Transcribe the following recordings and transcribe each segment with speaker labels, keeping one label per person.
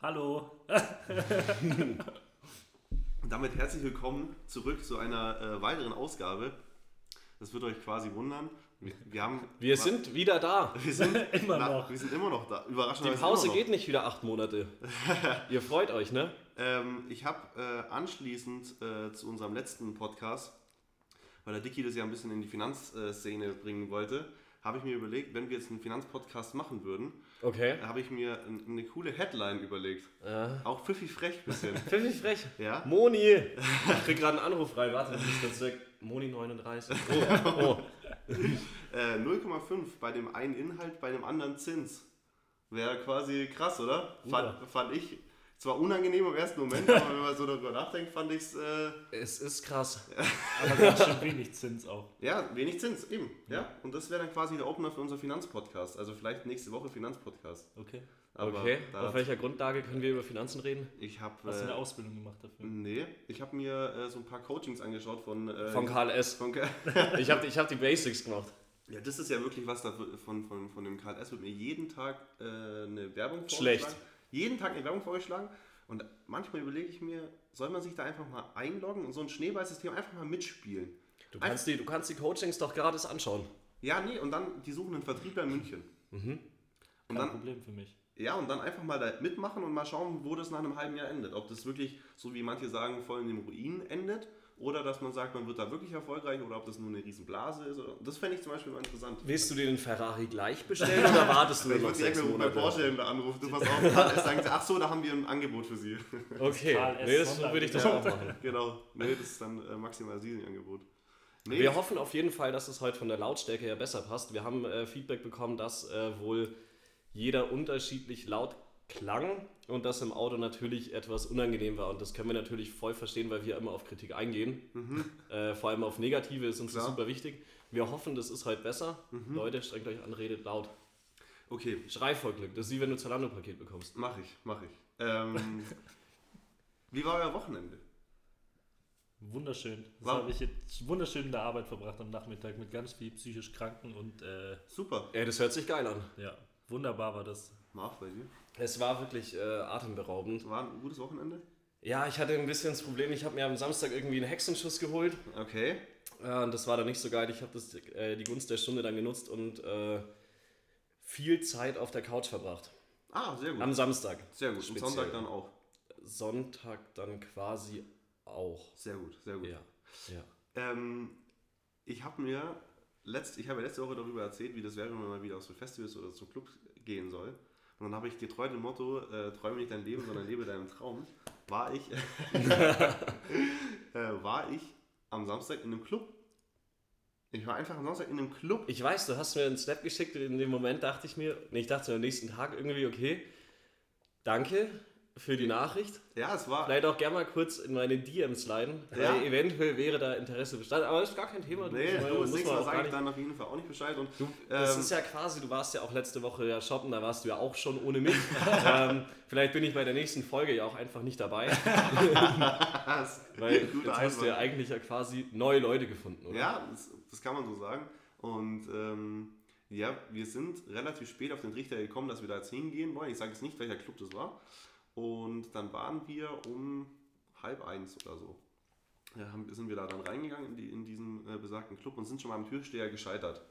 Speaker 1: Hallo.
Speaker 2: Damit herzlich willkommen zurück zu einer äh, weiteren Ausgabe. Das wird euch quasi wundern. Wir, wir haben,
Speaker 3: Wir sind wieder da.
Speaker 2: wir sind
Speaker 1: Immer
Speaker 2: na,
Speaker 1: noch.
Speaker 2: Wir sind immer noch da.
Speaker 3: Die
Speaker 2: Überraschenderweise
Speaker 3: Pause
Speaker 2: immer noch.
Speaker 3: geht nicht wieder acht Monate. Ihr freut euch, ne?
Speaker 2: Ähm, ich habe äh, anschließend äh, zu unserem letzten Podcast, weil der Dicky das ja ein bisschen in die Finanzszene äh, bringen wollte, habe ich mir überlegt, wenn wir jetzt einen Finanzpodcast machen würden, äh,
Speaker 3: Okay.
Speaker 2: habe ich mir n- eine coole Headline überlegt.
Speaker 3: Ja.
Speaker 2: Auch pfiffig frech bisschen.
Speaker 3: Pfiffig frech.
Speaker 2: ja?
Speaker 3: Moni. Ich krieg gerade einen Anruf rein. Warte, ich das weg. Moni 39. Oh, oh.
Speaker 2: Äh, 0,5 bei dem einen Inhalt, bei dem anderen Zins. Wäre quasi krass, oder? Fand, fand ich. Zwar unangenehm im ersten Moment, aber wenn man so darüber nachdenkt, fand ich es. Äh,
Speaker 3: Es ist krass.
Speaker 1: Aber ganz schön wenig Zins auch.
Speaker 2: ja, wenig Zins, eben. Ja. Und das wäre dann quasi der Opener für unser Finanzpodcast. Also vielleicht nächste Woche Finanzpodcast.
Speaker 1: Okay.
Speaker 2: Aber
Speaker 3: okay.
Speaker 2: da-
Speaker 3: Auf welcher Grundlage können wir über Finanzen reden?
Speaker 2: ich habe.
Speaker 1: Hast du eine
Speaker 2: Äh,
Speaker 1: Ausbildung gemacht dafür?
Speaker 2: nee, ich habe mir äh, so ein paar Coachings angeschaut von. Äh,
Speaker 3: Von KLS.
Speaker 2: von Ka-
Speaker 3: Ich habe ich hab die Basics gemacht.
Speaker 2: ja, das ist ja wirklich was da von, von, von dem KLS wird mir jeden Tag äh, eine Werbung
Speaker 3: Schlecht.
Speaker 2: vorgeschlagen. Jeden Tag eine Werbung vorgeschlagen. Und manchmal überlege ich mir, soll man sich da einfach mal einloggen und so ein Schneeballsystem einfach mal mitspielen?
Speaker 3: Du kannst die, du kannst die Coachings doch gratis anschauen.
Speaker 2: Ja, nee, und dann, die suchen einen Vertriebler in München. Und
Speaker 1: Kein
Speaker 2: dann,
Speaker 1: Problem für mich.
Speaker 2: ja, und dann einfach mal da mitmachen und mal schauen, wo das nach einem halben Jahr endet. Ob das wirklich, so wie manche sagen, voll in dem Ruin endet. Oder dass man sagt, man wird da wirklich erfolgreich oder ob das nur eine Riesenblase ist. Oder, das fände ich zum Beispiel mal interessant.
Speaker 3: Willst du dir den Ferrari gleich bestellen oder wartest du
Speaker 2: Ich
Speaker 3: noch
Speaker 2: würde direkt
Speaker 3: sechs
Speaker 2: mal bei
Speaker 3: Monate?
Speaker 2: Porsche eben da anrufen. Du pass auf, sagen sie, ach so, da haben wir ein Angebot für sie.
Speaker 3: Okay.
Speaker 1: KLS
Speaker 3: Nee, das, so würde ich das auch machen.
Speaker 2: genau. Nee, das ist dann äh, maximal Leasing-Angebot. Nee,
Speaker 3: Wir hoffen auf jeden Fall, dass es heute von der Lautstärke her besser passt. Wir haben äh, Feedback bekommen, dass äh, wohl jeder unterschiedlich laut klang und das im Auto natürlich etwas unangenehm war. Und das können wir natürlich voll verstehen, weil wir immer auf Kritik eingehen. Äh, vor allem auf negative ist uns das
Speaker 2: Klar.
Speaker 3: super wichtig. Wir hoffen, das ist heute besser. Leute, strengt euch an, redet laut.
Speaker 2: okay,
Speaker 3: Schrei vor Glück. Das ist wie wenn du Zalando-Paket bekommst.
Speaker 2: mach ich, mach ich. Ähm, wie war euer Wochenende?
Speaker 1: Wunderschön. Das
Speaker 2: Wow.
Speaker 1: habe ich jetzt wunderschön in der Arbeit verbracht am Nachmittag mit ganz viel psychisch Kranken und äh,
Speaker 2: Super.
Speaker 3: Ey, das hört sich geil an.
Speaker 1: ja, wunderbar war das.
Speaker 2: Marv, bei dir?
Speaker 3: Es war wirklich äh, atemberaubend.
Speaker 2: War ein gutes Wochenende?
Speaker 3: Ja, ich hatte ein bisschen das Problem, ich habe mir am Samstag irgendwie einen Hexenschuss geholt.
Speaker 2: Okay.
Speaker 3: Ja, und das war dann nicht so geil. Ich habe das, äh, die Gunst der Stunde dann genutzt und äh, viel Zeit auf der Couch verbracht.
Speaker 2: Ah, sehr gut.
Speaker 3: Am Samstag.
Speaker 2: sehr gut.
Speaker 3: speziell.
Speaker 2: Und Sonntag dann auch.
Speaker 3: Sonntag dann quasi auch.
Speaker 2: Sehr gut, sehr gut.
Speaker 3: Ja. ja.
Speaker 2: Ähm, ich habe mir letzt, ich habe ja letzte Woche darüber erzählt, wie das wäre, wenn man mal wieder auf so Festivals oder so Clubs gehen soll. Und dann habe ich getreu dem Motto, äh, träume nicht dein Leben, sondern lebe deinen Traum, war ich, äh, war ich am Samstag in einem Club. Ich war einfach am Samstag in einem Club.
Speaker 3: Ich weiß, du hast mir einen Snap geschickt und in dem Moment dachte ich mir, nee, ich dachte mir am nächsten Tag irgendwie, okay, danke für die Nachricht.
Speaker 2: Ja, es war.
Speaker 3: Vielleicht auch gerne mal kurz in meine DMs leiten,
Speaker 2: Ja.
Speaker 3: weil eventuell wäre da Interesse bestanden. Aber das ist gar kein Thema.
Speaker 2: Nee,
Speaker 3: musst-
Speaker 2: du das
Speaker 3: muss
Speaker 2: nächste
Speaker 3: man
Speaker 2: Mal
Speaker 3: auch gar
Speaker 2: sage ich
Speaker 3: nicht-
Speaker 2: dann auf jeden Fall auch nicht Bescheid. Und,
Speaker 3: Das
Speaker 2: ähm,
Speaker 3: ist ja quasi, du warst ja auch letzte Woche ja shoppen, da warst du ja auch schon ohne mich. ähm, vielleicht bin ich bei der nächsten Folge ja auch einfach nicht dabei, weil
Speaker 2: Guter
Speaker 3: jetzt hast du ja
Speaker 2: Einwand.
Speaker 3: eigentlich ja quasi neue Leute gefunden, oder?
Speaker 2: Ja, das, das kann man so sagen. Und ähm, ja, wir sind relativ spät auf den Trichter gekommen, dass wir da jetzt hingehen wollen. Ich sage jetzt nicht, welcher Club das war. Und dann waren wir um halb eins oder so. Ja, haben- sind wir da dann reingegangen in, die, in diesen äh, besagten Club und sind schon mal am Türsteher gescheitert.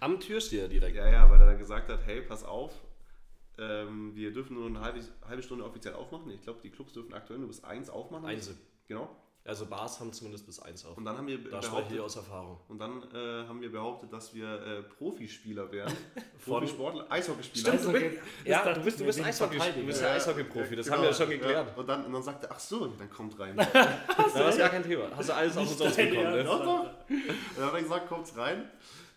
Speaker 3: Am Türsteher direkt.
Speaker 2: Ja, ja, weil er dann gesagt hat, hey, pass auf, ähm, wir dürfen nur eine halbe, halbe Stunde offiziell aufmachen. Ich glaube, die Clubs dürfen aktuell nur bis eins aufmachen.
Speaker 3: Einzel.
Speaker 2: Genau.
Speaker 3: Also Bars haben zumindest bis eins auf.
Speaker 2: Und dann haben wir
Speaker 3: Da spreche ich aus Erfahrung.
Speaker 2: Und dann äh, haben wir behauptet, dass wir äh, Profispieler wären.
Speaker 3: Von-
Speaker 2: Profisportler, Eishockeyspieler.
Speaker 1: Stimmt, Okay. Das
Speaker 3: Ja,
Speaker 1: dachte
Speaker 3: du
Speaker 1: ich mir
Speaker 3: bist, du bist
Speaker 1: wegen
Speaker 3: Eishockey, du
Speaker 1: Verteidigung.
Speaker 3: bist ja Eishockey-Profi, das haben wir ja schon geklärt.
Speaker 2: genau. Und, dann, und dann sagte er, ach so, dann kommt rein.
Speaker 3: Da war es gar kein Thema. Hast du alles auch umsonst
Speaker 1: dein
Speaker 3: bekommen, ne?
Speaker 1: Ernst.
Speaker 2: Doch, doch. Dann hat er gesagt, kommt's rein.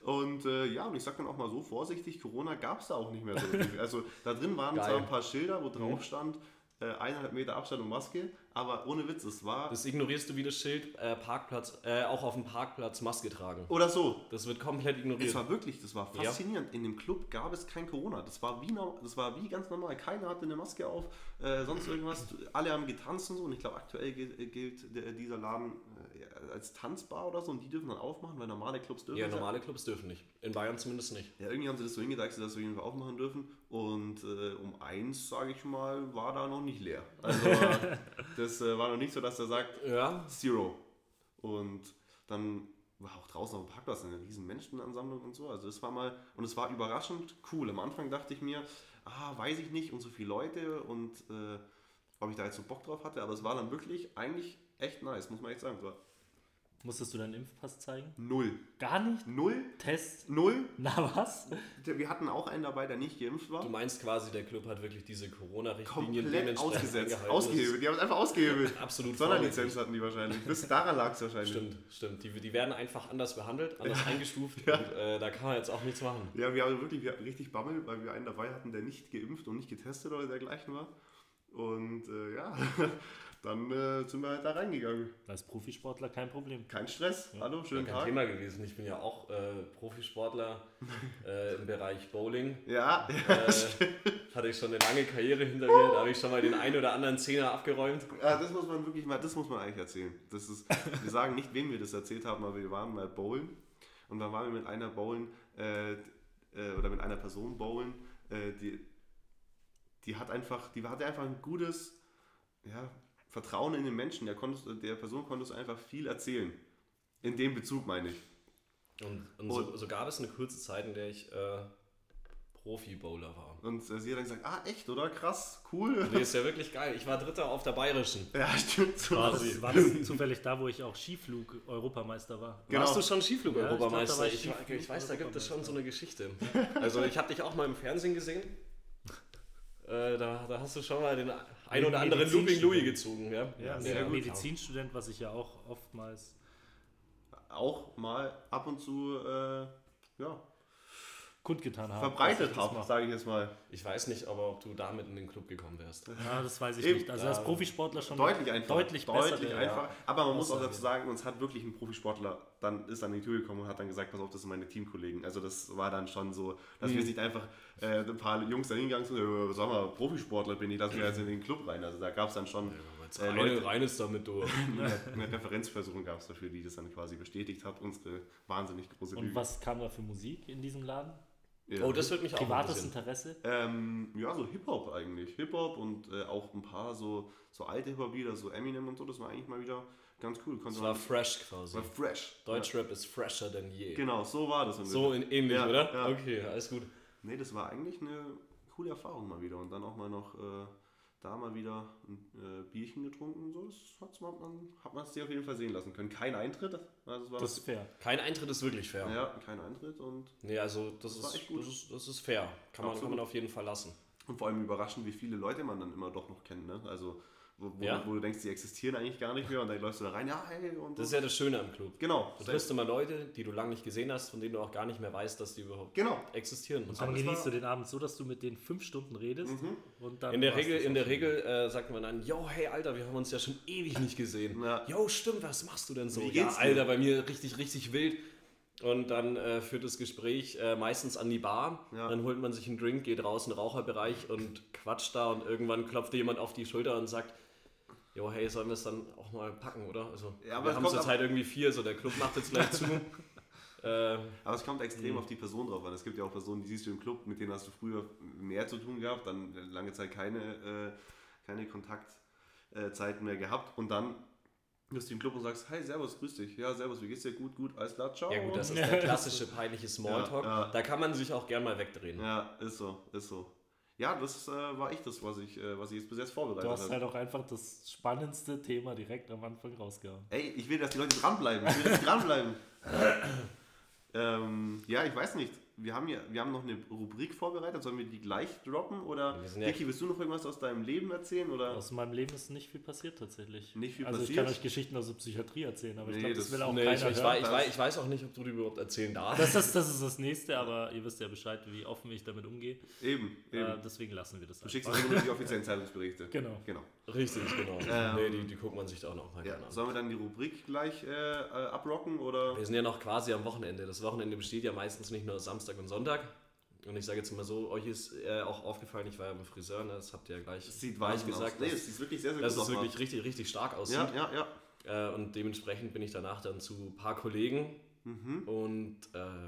Speaker 2: Und äh, ja, und ich sag dann auch mal so vorsichtig, Corona gab es da auch nicht mehr so. viel. Also da drin waren
Speaker 3: Geil. Mhm.
Speaker 2: zwar ein paar Schilder, wo drauf stand, äh, eineinhalb Meter Abstand und Maske, aber ohne Witz, es war...
Speaker 3: Das ignorierst du wie das Schild, äh, Parkplatz, äh, auch auf dem Parkplatz Maske tragen.
Speaker 2: oder so.
Speaker 3: Das wird komplett
Speaker 2: Es
Speaker 3: ignoriert.
Speaker 2: war wirklich, das war faszinierend. In dem Club gab es kein Corona. Das war wie, nor- das war wie ganz normal. Keiner hatte eine Maske auf, äh, sonst irgendwas. Alle haben getanzt und so. Und ich glaube, aktuell gilt, äh, gilt der, dieser Laden äh, als Tanzbar oder so. Und die dürfen dann aufmachen, weil normale Clubs dürfen.
Speaker 3: Ja,
Speaker 2: es
Speaker 3: normale Clubs dürfen nicht. In Bayern zumindest nicht.
Speaker 2: ja, irgendwie haben sie das so hingedeichselt, dass wir auf jeden Fall aufmachen dürfen. Und äh, um eins, sage ich mal, war da noch nicht leer. Also äh, das äh, war noch nicht so, dass er sagt,
Speaker 3: Ja,
Speaker 2: Zero. Und dann war auch draußen auf dem Parkplatz eine riesen Menschenansammlung und so. Also das war mal, und es war überraschend cool. Am Anfang dachte ich mir, ah, weiß ich nicht, und so viele Leute und äh, ob ich da jetzt so Bock drauf hatte, aber es war dann wirklich eigentlich echt nice, muss man echt sagen. Es war
Speaker 1: Musstest du deinen Impfpass zeigen?
Speaker 2: null.
Speaker 1: Gar nicht?
Speaker 2: Null,
Speaker 1: Test?
Speaker 2: null.
Speaker 1: Na was?
Speaker 2: Wir hatten auch einen dabei, der nicht geimpft
Speaker 3: du
Speaker 2: war.
Speaker 3: meinst quasi, der Club hat wirklich diese Corona-Richtlinien
Speaker 2: Komplett
Speaker 3: dementsprechend
Speaker 2: ausgesetzt.
Speaker 3: eingehalten. Das ist
Speaker 2: Ausgehebelt. Die haben es einfach ausgehebelt.
Speaker 3: Absolut
Speaker 2: Sonderlizenz hatten die wahrscheinlich. Bis daran lag es wahrscheinlich.
Speaker 3: Stimmt, stimmt. Die, die werden einfach anders behandelt, anders eingestuft und äh, da kann man jetzt auch nichts machen.
Speaker 2: Ja, wir haben wirklich wir hatten richtig Bammel, weil wir einen dabei hatten, der nicht geimpft und nicht getestet oder dergleichen war. Und äh, ja, dann äh, sind wir halt da reingegangen.
Speaker 1: Als Profisportler kein Problem.
Speaker 2: Kein Stress. Hallo, schönen
Speaker 3: Kein
Speaker 2: Tag.
Speaker 3: Thema gewesen. Ich bin ja auch äh, Profisportler äh, im Bereich Bowling.
Speaker 2: Ja,
Speaker 3: Äh, hatte ich schon eine lange Karriere hinter mir, da habe ich schon mal den einen oder anderen Zehner abgeräumt.
Speaker 2: ja, das muss man wirklich mal, das muss man eigentlich erzählen. Das ist, wir sagen nicht, wem wir das erzählt haben, aber wir waren mal bowlen. Und dann waren wir mit einer bowlen, äh, äh, oder mit einer Person bowlen, äh, die, die hat einfach, die hatte einfach ein gutes ja, Vertrauen in den Menschen. Der, konntest, der Person konntest du einfach viel erzählen. In dem Bezug meine ich.
Speaker 3: Und, und so, so gab es eine kurze Zeit, in der ich äh, Profi-Bowler war.
Speaker 2: Und äh, sie hat dann gesagt, ah echt, oder? Krass, cool.
Speaker 3: Nee, ist ja wirklich geil. Ich war Dritter auf der Bayerischen.
Speaker 2: Ja, stimmt. So
Speaker 1: War
Speaker 2: was.
Speaker 1: das, war das zufällig da, wo ich auch Skiflug-Europameister war?
Speaker 2: Genau.
Speaker 3: Warst du schon Skiflug-Europameister?
Speaker 1: Ja, ich also
Speaker 3: ich,
Speaker 1: glaub, da war ich
Speaker 3: ich weiß, da gibt es schon so eine Geschichte. Also ich habe dich auch mal im Fernsehen gesehen. Äh, da, da hast du schon mal den ein oder anderen Looping Louis gezogen. Ja,
Speaker 1: Ja,
Speaker 2: sehr
Speaker 1: sehr
Speaker 2: gut.
Speaker 1: Medizinstudent, was ich ja auch oftmals.
Speaker 2: Auch mal ab und zu äh, ja,
Speaker 1: kundgetan haben.
Speaker 2: verbreitet
Speaker 1: dass ich das
Speaker 2: habe,
Speaker 1: mache.
Speaker 2: sage ich jetzt mal.
Speaker 3: Ich weiß nicht, aber ob du damit in den Club gekommen wärst.
Speaker 1: Ja, das weiß ich
Speaker 2: Eben.
Speaker 1: nicht. Also als
Speaker 3: Ja.
Speaker 1: Profisportler schon
Speaker 2: Deutlich einfacher.
Speaker 1: deutlich besser.
Speaker 2: deutlich
Speaker 1: der-
Speaker 2: einfacher. Aber man muss auch
Speaker 1: Aussage.
Speaker 2: dazu sagen, uns hat wirklich ein Profisportler dann ist an die Tür gekommen und hat dann gesagt, pass auf, das sind meine Teamkollegen. Also das war dann schon so, dass wir nicht einfach äh, ein paar Jungs da hingegangen sind, äh, sag mal, Profisportler bin ich, lass mich jetzt in den Club rein. Also da gab es dann schon äh, Leute,
Speaker 3: reines damit durch.
Speaker 2: eine Referenzperson gab es dafür, die das dann quasi bestätigt hat, unsere wahnsinnig große
Speaker 1: Und was kam da für Musik in diesem Laden?
Speaker 2: Ja.
Speaker 3: Oh, das würde mich auch
Speaker 1: Privates Interesse?
Speaker 3: interessieren.
Speaker 2: Ähm, ja, so Hip-Hop eigentlich. Hip-Hop und äh, auch ein paar so, so alte Hip-Hop-Lieder, so Eminem und so, das war eigentlich mal wieder ganz cool. Konnte
Speaker 3: Das war
Speaker 2: man-
Speaker 3: fresh quasi.
Speaker 2: war fresh.
Speaker 3: Deutschrap ist fresher denn je.
Speaker 2: Ja, genau, so war das.
Speaker 3: So in ähnlich,
Speaker 2: Ja,
Speaker 3: oder?
Speaker 2: ja.
Speaker 3: Okay, alles gut.
Speaker 2: Nee, das war eigentlich eine coole Erfahrung mal wieder. Und dann auch mal noch äh, da mal wieder ein äh, Bierchen getrunken und so. Das hat's mal, man, hat man es dir auf jeden Fall sehen lassen können. Kein Eintritt. Also es war
Speaker 1: Das ist fair.
Speaker 3: Kein Eintritt ist wirklich fair.
Speaker 2: ja, kein Eintritt und,
Speaker 3: Nee, also das,
Speaker 2: war
Speaker 3: ist,
Speaker 2: echt gut.
Speaker 3: das, ist, das ist fair. Kann man, kann
Speaker 2: Absolut.
Speaker 3: man auf jeden Fall lassen.
Speaker 2: und vor allem überraschend, wie viele Leute man dann immer doch noch kennt. Ne? Also, wo, wo,
Speaker 3: Ja.
Speaker 2: wo du denkst, die existieren eigentlich gar nicht mehr und dann läufst du da rein, ja, hey, und
Speaker 3: Das ist
Speaker 2: so.
Speaker 3: ja das Schöne am Club.
Speaker 2: Genau,
Speaker 3: Du triffst immer Leute, die du lange nicht gesehen hast, von denen du auch gar nicht mehr weißt, dass die überhaupt
Speaker 2: genau.
Speaker 3: existieren.
Speaker 1: Dann
Speaker 2: das
Speaker 1: genießt du
Speaker 2: war-
Speaker 1: den Abend so, dass du mit denen fünf Stunden redest
Speaker 2: Mhm.
Speaker 1: und dann
Speaker 3: In der
Speaker 1: war's
Speaker 3: Regel,
Speaker 1: das
Speaker 3: in
Speaker 1: auch
Speaker 3: der
Speaker 1: schon.
Speaker 3: Regel äh, sagt man dann, yo, hey Alter, wir haben uns ja schon ewig nicht gesehen.
Speaker 2: Ja.
Speaker 3: Yo, stimmt, was machst du denn so?
Speaker 2: Wie geht's
Speaker 3: ja,
Speaker 2: dir?
Speaker 3: Alter, bei mir richtig, richtig wild. Und dann äh, führt das Gespräch äh, meistens an die Bar.
Speaker 2: Ja.
Speaker 3: Dann holt man sich einen Drink, geht raus in den Raucherbereich und quatscht da und irgendwann klopft dir jemand auf die Schulter und sagt, Jo, hey, sollen wir es dann auch mal packen, oder? Also,
Speaker 2: Ja, aber
Speaker 3: wir
Speaker 2: es
Speaker 3: haben
Speaker 2: kommt
Speaker 3: jetzt
Speaker 2: ab-
Speaker 3: halt irgendwie vier, so der Club macht jetzt gleich zu. äh,
Speaker 2: Aber es kommt extrem auf die Person drauf an. Es gibt ja auch Personen, die siehst du im Club, mit denen hast du früher mehr zu tun gehabt, dann lange Zeit keine, äh, keine Kontaktzeiten mehr gehabt und dann bist du im Club und sagst, hi, servus, grüß dich. Ja, servus, wie geht's dir? Gut, gut, alles klar, ciao.
Speaker 3: ja gut, das ist der klassische peinliche Smalltalk.
Speaker 2: Oh. Ja, ja.
Speaker 3: Da kann man sich auch gern mal wegdrehen.
Speaker 2: ja, ist so, ist so. Ja, das äh, war ich das, was ich, äh, was ich jetzt bis jetzt vorbereitet
Speaker 1: Du hast
Speaker 2: habe.
Speaker 1: halt auch einfach das spannendste Thema direkt am Anfang rausgehauen.
Speaker 2: Ey, ich will, dass die Leute dranbleiben. Ich will, dass die dranbleiben. ähm, ja, ich weiß nicht. Wir haben, ja, wir haben noch eine Rubrik vorbereitet. Sollen wir die gleich droppen? Oder,
Speaker 3: Wir sind ja-
Speaker 2: Dicky, willst du noch irgendwas aus deinem Leben erzählen? Oder?
Speaker 1: Aus meinem Leben ist nicht viel passiert tatsächlich.
Speaker 2: Nicht viel
Speaker 1: also ich kann
Speaker 2: passiert?
Speaker 1: euch Geschichten aus der Psychiatrie erzählen, aber ich
Speaker 2: Nee,
Speaker 1: glaube, das,
Speaker 2: das-
Speaker 1: will auch
Speaker 3: Nee, ich,
Speaker 1: keiner
Speaker 3: ich,
Speaker 1: hören.
Speaker 3: wei- ich, wei- ich weiß auch nicht, ob du die überhaupt erzählen darfst.
Speaker 1: Das ist, das ist das nächste, aber ihr wisst ja Bescheid, wie offen ich damit umgehe.
Speaker 2: Eben, eben.
Speaker 1: Äh, deswegen lassen wir das
Speaker 2: du
Speaker 1: einfach.
Speaker 2: schickst uns immer nur die offiziellen Zeitungsberichte.
Speaker 1: Genau.
Speaker 2: genau.
Speaker 3: Richtig, genau.
Speaker 2: Ähm,
Speaker 3: nee, die, die guckt man sich da auch noch mal
Speaker 2: Ja,
Speaker 3: gerne an.
Speaker 2: sollen wir dann die Rubrik gleich äh, äh, abrocken? Oder?
Speaker 3: Wir sind genau. ja noch quasi am Wochenende. Das Wochenende besteht ja meistens nicht nur aus Samstag und Sonntag. Und ich sage jetzt mal so, euch ist äh, auch aufgefallen, ich war ja beim Friseur, ne, das habt ihr ja gleich,
Speaker 2: Es sieht
Speaker 3: gleich
Speaker 2: weich
Speaker 3: gesagt,
Speaker 2: aus. Nee,
Speaker 3: dass,
Speaker 2: es sieht wirklich sehr, sehr
Speaker 3: dass es
Speaker 2: aus.
Speaker 3: wirklich richtig, richtig stark aussieht.
Speaker 2: Ja, ja, ja.
Speaker 3: Äh, und dementsprechend bin ich danach dann zu ein paar Kollegen
Speaker 2: Mhm.
Speaker 3: und äh,
Speaker 2: Ja.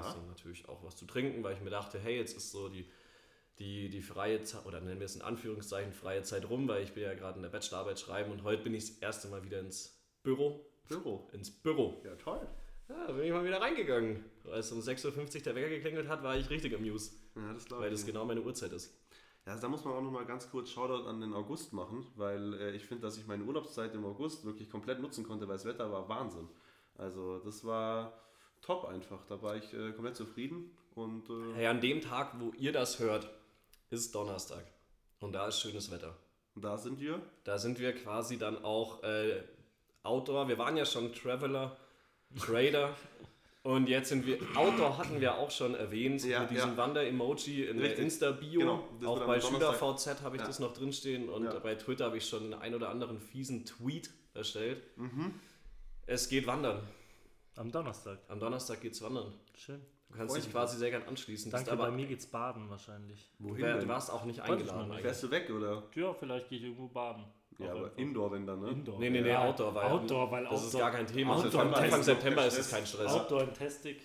Speaker 3: ja. natürlich auch was zu trinken, weil ich mir dachte, hey, jetzt ist so die die, die freie Zeit, oder nennen wir es in Anführungszeichen freie Zeit rum, weil ich bin ja gerade in der Bachelorarbeit schreiben und heute bin ich das erste Mal wieder ins Büro.
Speaker 2: Büro.
Speaker 3: Ins Büro.
Speaker 2: Ja, toll.
Speaker 3: Ja, da bin ich mal wieder reingegangen. Als um 6.50 Uhr der Wecker geklingelt hat, war ich richtig amused,
Speaker 2: Ja, das glaube
Speaker 3: weil
Speaker 2: ich.
Speaker 3: das genau meine Uhrzeit ist.
Speaker 2: Ja, also da muss man auch nochmal ganz kurz Shoutout an den August machen, weil äh, ich finde, dass ich meine Urlaubszeit im August wirklich komplett nutzen konnte, weil das Wetter war Wahnsinn. Also das war top einfach. Da war ich äh, komplett zufrieden und äh,
Speaker 3: Hey, an dem Tag, wo ihr das hört, ist Donnerstag. Und da ist schönes Wetter.
Speaker 2: da sind wir.
Speaker 3: Da sind wir quasi dann auch äh, Outdoor. Wir waren ja schon Traveler, Trader. Und jetzt sind wir, Outdoor hatten wir auch schon erwähnt,
Speaker 2: Ja,
Speaker 3: mit diesem
Speaker 2: ja.
Speaker 3: Wander-Emoji in der
Speaker 2: Richtig.
Speaker 3: Insta-Bio.
Speaker 2: Genau, das
Speaker 3: auch
Speaker 2: wird am
Speaker 3: bei
Speaker 2: Donnerstag.
Speaker 3: SchülerVZ habe ich
Speaker 2: Ja.
Speaker 3: das noch drinstehen und
Speaker 2: Ja.
Speaker 3: bei Twitter habe ich schon den ein oder anderen fiesen Tweet erstellt.
Speaker 2: Mhm.
Speaker 3: Es geht wandern.
Speaker 1: Am Donnerstag.
Speaker 3: Am Donnerstag geht's wandern.
Speaker 1: Schön.
Speaker 3: Du kannst
Speaker 2: Freut
Speaker 3: dich
Speaker 2: mich.
Speaker 3: quasi sehr gern anschließen.
Speaker 1: Danke,
Speaker 3: bist aber, äh,
Speaker 1: bei mir geht's baden wahrscheinlich.
Speaker 3: du,
Speaker 2: Wohin
Speaker 3: wär, du
Speaker 2: denn?
Speaker 3: warst auch nicht
Speaker 1: Weiß ich
Speaker 3: eingeladen.
Speaker 1: noch nicht.
Speaker 3: eigentlich.
Speaker 2: Wärst du weg oder?
Speaker 1: Ja, vielleicht gehe ich irgendwo baden.
Speaker 2: Ja,
Speaker 1: Auch
Speaker 2: aber
Speaker 1: einfach.
Speaker 2: Indoor, wenn dann, ne?
Speaker 1: Indoor.
Speaker 3: Nee, nee, nee,
Speaker 1: Ja,
Speaker 3: Outdoor, weil,
Speaker 1: Outdoor, weil
Speaker 3: das
Speaker 1: Outdoor,
Speaker 3: ist gar kein Thema.
Speaker 1: Outdoor,
Speaker 2: September
Speaker 3: Anfang
Speaker 2: ist noch
Speaker 3: September
Speaker 2: kein
Speaker 3: ist es
Speaker 2: Stress.
Speaker 3: kein Stress.
Speaker 1: Outdoor im Testik.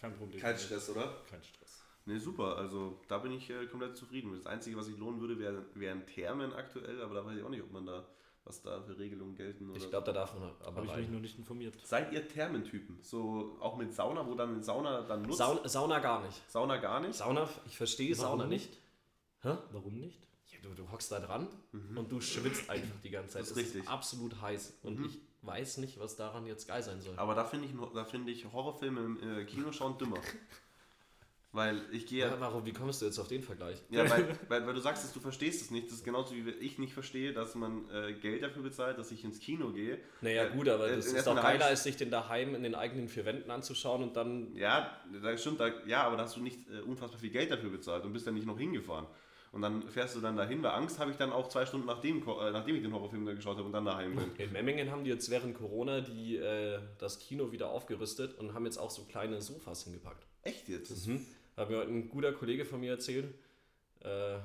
Speaker 1: Kein Problem.
Speaker 2: Kein Stress, oder?
Speaker 1: Kein Stress.
Speaker 2: Ne, super. Also da bin ich äh, komplett zufrieden. mit. Das Einzige, was ich lohnen würde, wäre- wären Thermen aktuell, aber da weiß ich auch nicht, ob man da, was da für Regelungen gelten oder
Speaker 3: Ich glaube, da darf man aber
Speaker 1: Habe ich mich
Speaker 3: rein.
Speaker 1: noch nicht informiert.
Speaker 2: Seid ihr Thermentypen? So auch mit Sauna, wo dann Sauna dann nutzt?
Speaker 3: Sauna, Sauna gar nicht.
Speaker 2: Sauna gar nicht?
Speaker 3: Sauna, ich verstehe
Speaker 1: Warum
Speaker 3: Sauna nicht. Hä?
Speaker 1: Warum nicht?
Speaker 3: Ja, du, du hockst da dran und du schwitzt einfach die ganze Zeit.
Speaker 2: Das ist
Speaker 3: Es
Speaker 2: richtig.
Speaker 3: absolut heiß. Und ich weiß nicht, was daran jetzt geil sein soll.
Speaker 2: Aber da finde ich, nur- da finde ich Horrorfilme im äh, Kino schauen dümmer. weil ich gehe
Speaker 3: Wa- Warum, wie kommst du jetzt auf den Vergleich?
Speaker 2: ja, weil, weil, weil du sagst, dass du verstehst es nicht. Das ist genauso wie ich nicht verstehe, dass man äh, Geld dafür bezahlt, dass ich ins Kino gehe.
Speaker 3: Naja,
Speaker 2: Äh,
Speaker 3: gut, aber
Speaker 2: äh,
Speaker 3: das
Speaker 2: in
Speaker 3: ist
Speaker 2: erster
Speaker 3: doch geiler,
Speaker 2: Hand-
Speaker 3: als sich den daheim in den eigenen vier Wänden anzuschauen und dann.
Speaker 2: Ja, das stimmt. Da, ja, aber da hast du nicht äh, unfassbar viel Geld dafür bezahlt und bist dann nicht noch hingefahren. Und dann fährst du dann dahin, weil Angst habe ich dann auch zwei Stunden nachdem, ko- äh, nachdem ich den Horrorfilm da geschaut habe und dann daheim bin.
Speaker 3: In Memmingen haben die jetzt während Corona die, äh, das Kino wieder aufgerüstet und haben jetzt auch so kleine Sofas hingepackt.
Speaker 2: Echt jetzt?
Speaker 3: Mhm. Hat mir heute ein guter Kollege von mir erzählt. Äh,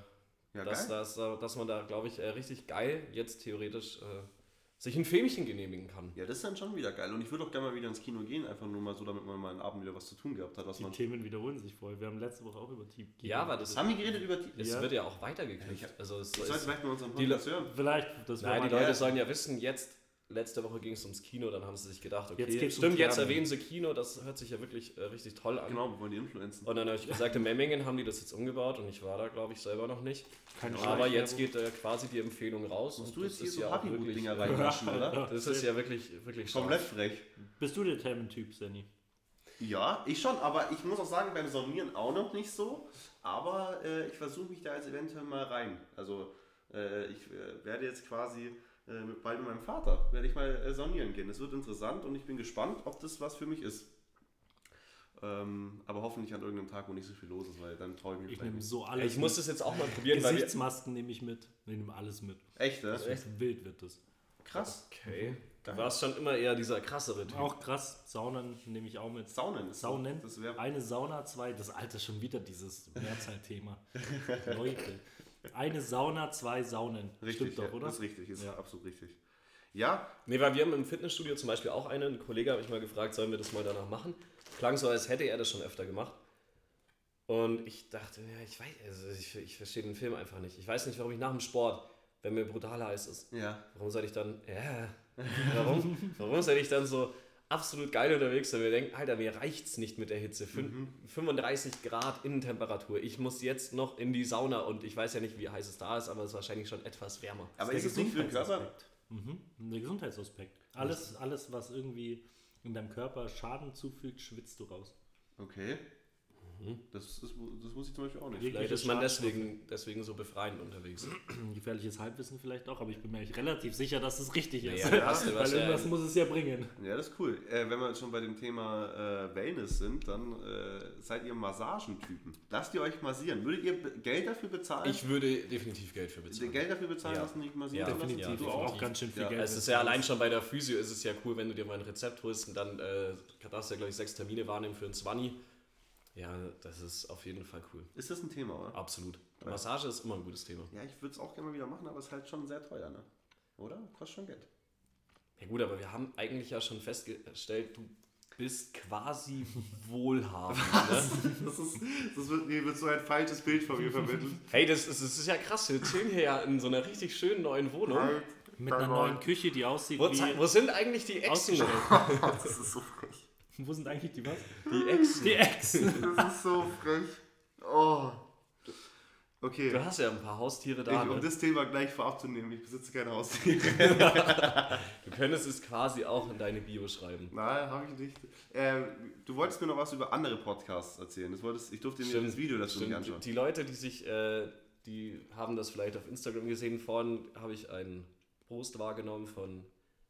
Speaker 2: Ja,
Speaker 3: dass,
Speaker 2: geil.
Speaker 3: dass, dass man da, glaube ich, äh, richtig geil jetzt theoretisch äh, sich ein Filmchen genehmigen kann.
Speaker 2: Ja, das ist dann schon wieder geil. Und ich würde auch gerne mal wieder ins Kino gehen, einfach nur mal so, damit man mal einen Abend wieder was zu tun gehabt hat. Was
Speaker 1: Die
Speaker 2: man
Speaker 1: Themen wiederholen sich voll. Wir haben letzte Woche auch über Team
Speaker 3: Ja, aber das,
Speaker 2: haben wir geredet über die.
Speaker 3: es
Speaker 1: Ja.
Speaker 3: wird ja auch weitergeknüpft. Also es,
Speaker 2: Ich sollte
Speaker 3: es,
Speaker 2: vielleicht mal unseren
Speaker 3: Die
Speaker 2: Podcast hören.
Speaker 1: Vielleicht, das
Speaker 3: nein, die
Speaker 1: mal-
Speaker 3: Leute
Speaker 2: ja.
Speaker 3: sollen ja wissen, jetzt, letzte Woche ging es ums Kino, dann haben sie sich gedacht, okay,
Speaker 1: Jetzt geht's um
Speaker 3: stimmt, jetzt
Speaker 1: Theater.
Speaker 3: erwähnen sie Kino, das hört sich ja wirklich äh, richtig toll an.
Speaker 2: Genau, wir wollen die Influenzen.
Speaker 3: Und dann habe ich gesagt, in Memmingen haben die das jetzt umgebaut und ich war da, glaube ich, selber noch nicht.
Speaker 1: Keine
Speaker 3: Aber
Speaker 1: Schleichwerbung.
Speaker 3: jetzt geht äh, quasi die Empfehlung raus.
Speaker 2: Musst
Speaker 3: und
Speaker 2: du
Speaker 3: das
Speaker 2: jetzt hier
Speaker 3: ist
Speaker 2: so
Speaker 3: ja auch wirklich-
Speaker 2: Habibu-Dinger reinwaschen, oder?
Speaker 3: Das ist ja wirklich, wirklich
Speaker 2: Komplett
Speaker 3: stark.
Speaker 2: frech.
Speaker 1: Bist du der Thementyp, Sandy?
Speaker 2: Ja, ich schon, aber ich muss auch sagen, beim Saunieren auch noch nicht so. Aber äh, ich versuche mich da jetzt eventuell mal rein. Also äh, ich äh, werde jetzt quasi äh, mit- bald mit meinem Vater, werde ich mal äh, saunieren gehen. Es wird interessant und ich bin gespannt, ob das was für mich ist. Ähm, aber hoffentlich an irgendeinem Tag, wo nicht so viel los ist, weil dann traue ich mich
Speaker 1: Ich
Speaker 2: vielleicht
Speaker 1: nehme
Speaker 2: nicht.
Speaker 1: so alles
Speaker 3: Ich muss das jetzt auch mal
Speaker 1: mit.
Speaker 3: probieren, weil wir,
Speaker 1: Gesichtsmasken nehme ich mit. Ich nehme alles mit.
Speaker 2: Echt, ne?
Speaker 1: Das wird wild wird das.
Speaker 2: Krass.
Speaker 3: Okay. Du warst Mhm. schon immer eher dieser krassere Typ.
Speaker 1: Auch krass. Saunen nehme ich auch mit.
Speaker 2: Saunen. ist so-
Speaker 1: Saunen.
Speaker 2: Das wäre
Speaker 1: Eine Sauna, zwei. Das alte schon wieder dieses Mehrzahlthema. Leute. Eine Sauna, zwei Saunen.
Speaker 2: richtig,
Speaker 1: Stimmt doch,
Speaker 2: ja,
Speaker 1: oder?
Speaker 2: Das ist richtig, ist
Speaker 1: Ja.
Speaker 2: absolut richtig. Ja,
Speaker 3: Nee, weil wir haben im Fitnessstudio zum Beispiel auch eine, ein Kollege habe ich mal gefragt, sollen wir das mal danach machen? Klang so, als hätte er das schon öfter gemacht. Und ich dachte, ja, ich weiß, also ich, ich verstehe den Film einfach nicht. Ich weiß nicht, warum ich nach dem Sport, wenn mir brutal heiß ist,
Speaker 2: ja.
Speaker 3: warum soll ich dann, ja, warum, warum soll ich dann so absolut geil unterwegs sein? Wir denken, Alter, mir reicht's nicht mit der Hitze. Fün
Speaker 2: Mhm.
Speaker 3: 35 Grad Innentemperatur. Ich muss jetzt noch in die Sauna und ich weiß ja nicht, wie heiß es da ist, aber es ist wahrscheinlich schon etwas wärmer.
Speaker 2: Aber
Speaker 1: der
Speaker 2: ist es nicht für den Körper?
Speaker 1: Gesundheitsaspekt. Mhm. Der Gesundheitsaspekt. Alles, alles, was irgendwie in deinem Körper Schaden zufügt, schwitzt du raus.
Speaker 2: Okay. Das, ist, das wusste ich zum Beispiel auch nicht.
Speaker 1: Mhm. Wirklich
Speaker 3: Vielleicht ist man
Speaker 1: Schaden-
Speaker 3: deswegen, deswegen so befreiend unterwegs.
Speaker 1: Hm, Gefährliches Halbwissen vielleicht auch, aber ich bin mir eigentlich relativ sicher, dass es richtig ist.
Speaker 3: Naja, du hast- du
Speaker 1: Weil
Speaker 3: hast ja
Speaker 1: irgendwas
Speaker 3: einen-
Speaker 1: muss es ja bringen.
Speaker 2: Ja, das ist cool. Äh, wenn wir jetzt schon bei dem Thema äh, Wellness sind, dann äh, seid ihr Massagentypen. Lasst ihr euch massieren. Würdet ihr be- Geld dafür bezahlen?
Speaker 3: Ich würde definitiv Geld für
Speaker 2: Ihr
Speaker 3: bezahlen.
Speaker 2: Geld dafür bezahlen
Speaker 3: Ja.
Speaker 2: lassen, dich massieren
Speaker 3: Ja,
Speaker 2: lassen?
Speaker 3: definitiv.
Speaker 2: Du
Speaker 1: Die
Speaker 3: Ja,
Speaker 2: auch?
Speaker 1: auch ganz schön viel
Speaker 2: Ja,
Speaker 1: Geld.
Speaker 3: es ist ja allein schon bei der Physio ist es ja cool, wenn du dir mal ein Rezept holst und dann äh, darfst du ja, glaube ich, sechs Termine wahrnehmen für einen Zwanni. Ja, das ist auf jeden Fall cool.
Speaker 2: Ist das ein Thema, oder?
Speaker 3: Absolut. Massage ist immer ein gutes Thema.
Speaker 2: Ja, ich würde es auch gerne mal wieder machen, aber es ist halt schon sehr teuer, ne? Oder? Kostet schon Geld.
Speaker 3: Ja gut, aber wir haben eigentlich ja schon festgestellt, du bist quasi wohlhabend. Ne?
Speaker 2: Das, ist, das wird, nee, wird so ein falsches Bild von mir vermittelt.
Speaker 3: Hey, das ist, das ist ja krass. Wir chillen hier ja in so einer richtig schönen neuen Wohnung.
Speaker 1: Hm? Mit einer neuen Küche, die aussieht
Speaker 3: Wo,
Speaker 1: wie.
Speaker 3: zei- wo sind eigentlich die Echsen?
Speaker 1: Ausgestellt.
Speaker 2: Das ist so frech.
Speaker 1: Wo sind eigentlich die was?
Speaker 3: Die Echsen.
Speaker 1: Die Echsen.
Speaker 2: Das ist so frech. Oh. Okay.
Speaker 3: Du hast ja ein paar Haustiere da.
Speaker 2: Ich, um
Speaker 3: ne?
Speaker 2: das Thema gleich vorab zu nehmen, ich besitze keine Haustiere.
Speaker 3: Du könntest es quasi auch in deine Bio schreiben.
Speaker 2: Nein, habe ich nicht. Ähm, du wolltest mir noch was über andere Podcasts erzählen. Das wolltest, ich durfte mir das Video dazu nicht
Speaker 3: stimmt.
Speaker 2: anschauen.
Speaker 3: Die Leute, die sich, äh, die haben das vielleicht auf Instagram gesehen. Vorhin habe ich einen Post wahrgenommen von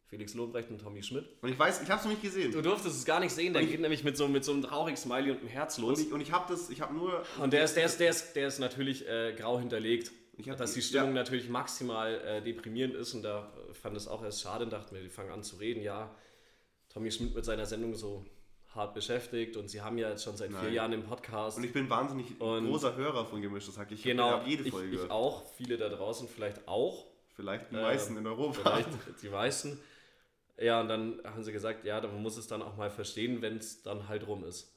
Speaker 3: Felix Lobrecht und Tommy Schmidt.
Speaker 2: Und ich weiß, ich habe es nämlich gesehen.
Speaker 3: Du durftest es gar nicht sehen, der geht nämlich mit so, mit so einem traurigen Smiley und einem Herz
Speaker 2: Und
Speaker 3: los.
Speaker 2: ich, und ich habe das, ich habe nur.
Speaker 3: Und der ist, der ist, der ist, der ist natürlich äh, grau hinterlegt.
Speaker 2: Ich hab
Speaker 3: dass
Speaker 2: die-
Speaker 3: die Stimmung
Speaker 2: ja.
Speaker 3: natürlich maximal äh, deprimierend ist und da äh, fand es auch erst schade und dachte mir, die fangen an zu reden. Ja, Tommy Schmidt mit seiner Sendung so hart beschäftigt und sie haben ja jetzt schon seit vier
Speaker 2: Nein.
Speaker 3: Jahren den Podcast.
Speaker 2: Und ich bin wahnsinnig
Speaker 3: Und-
Speaker 2: großer Hörer von Gemischtes Hack. Ich hab-
Speaker 3: genau,
Speaker 2: hab jede
Speaker 3: ich,
Speaker 2: Folge
Speaker 3: ich
Speaker 2: gehört.
Speaker 3: auch, viele da draußen vielleicht auch,
Speaker 2: Vielleicht die
Speaker 3: Äh,
Speaker 2: meisten in Europa.
Speaker 3: vielleicht die meisten. Ja, und dann haben sie gesagt, ja, man muss es dann auch mal verstehen, wenn es dann halt rum ist.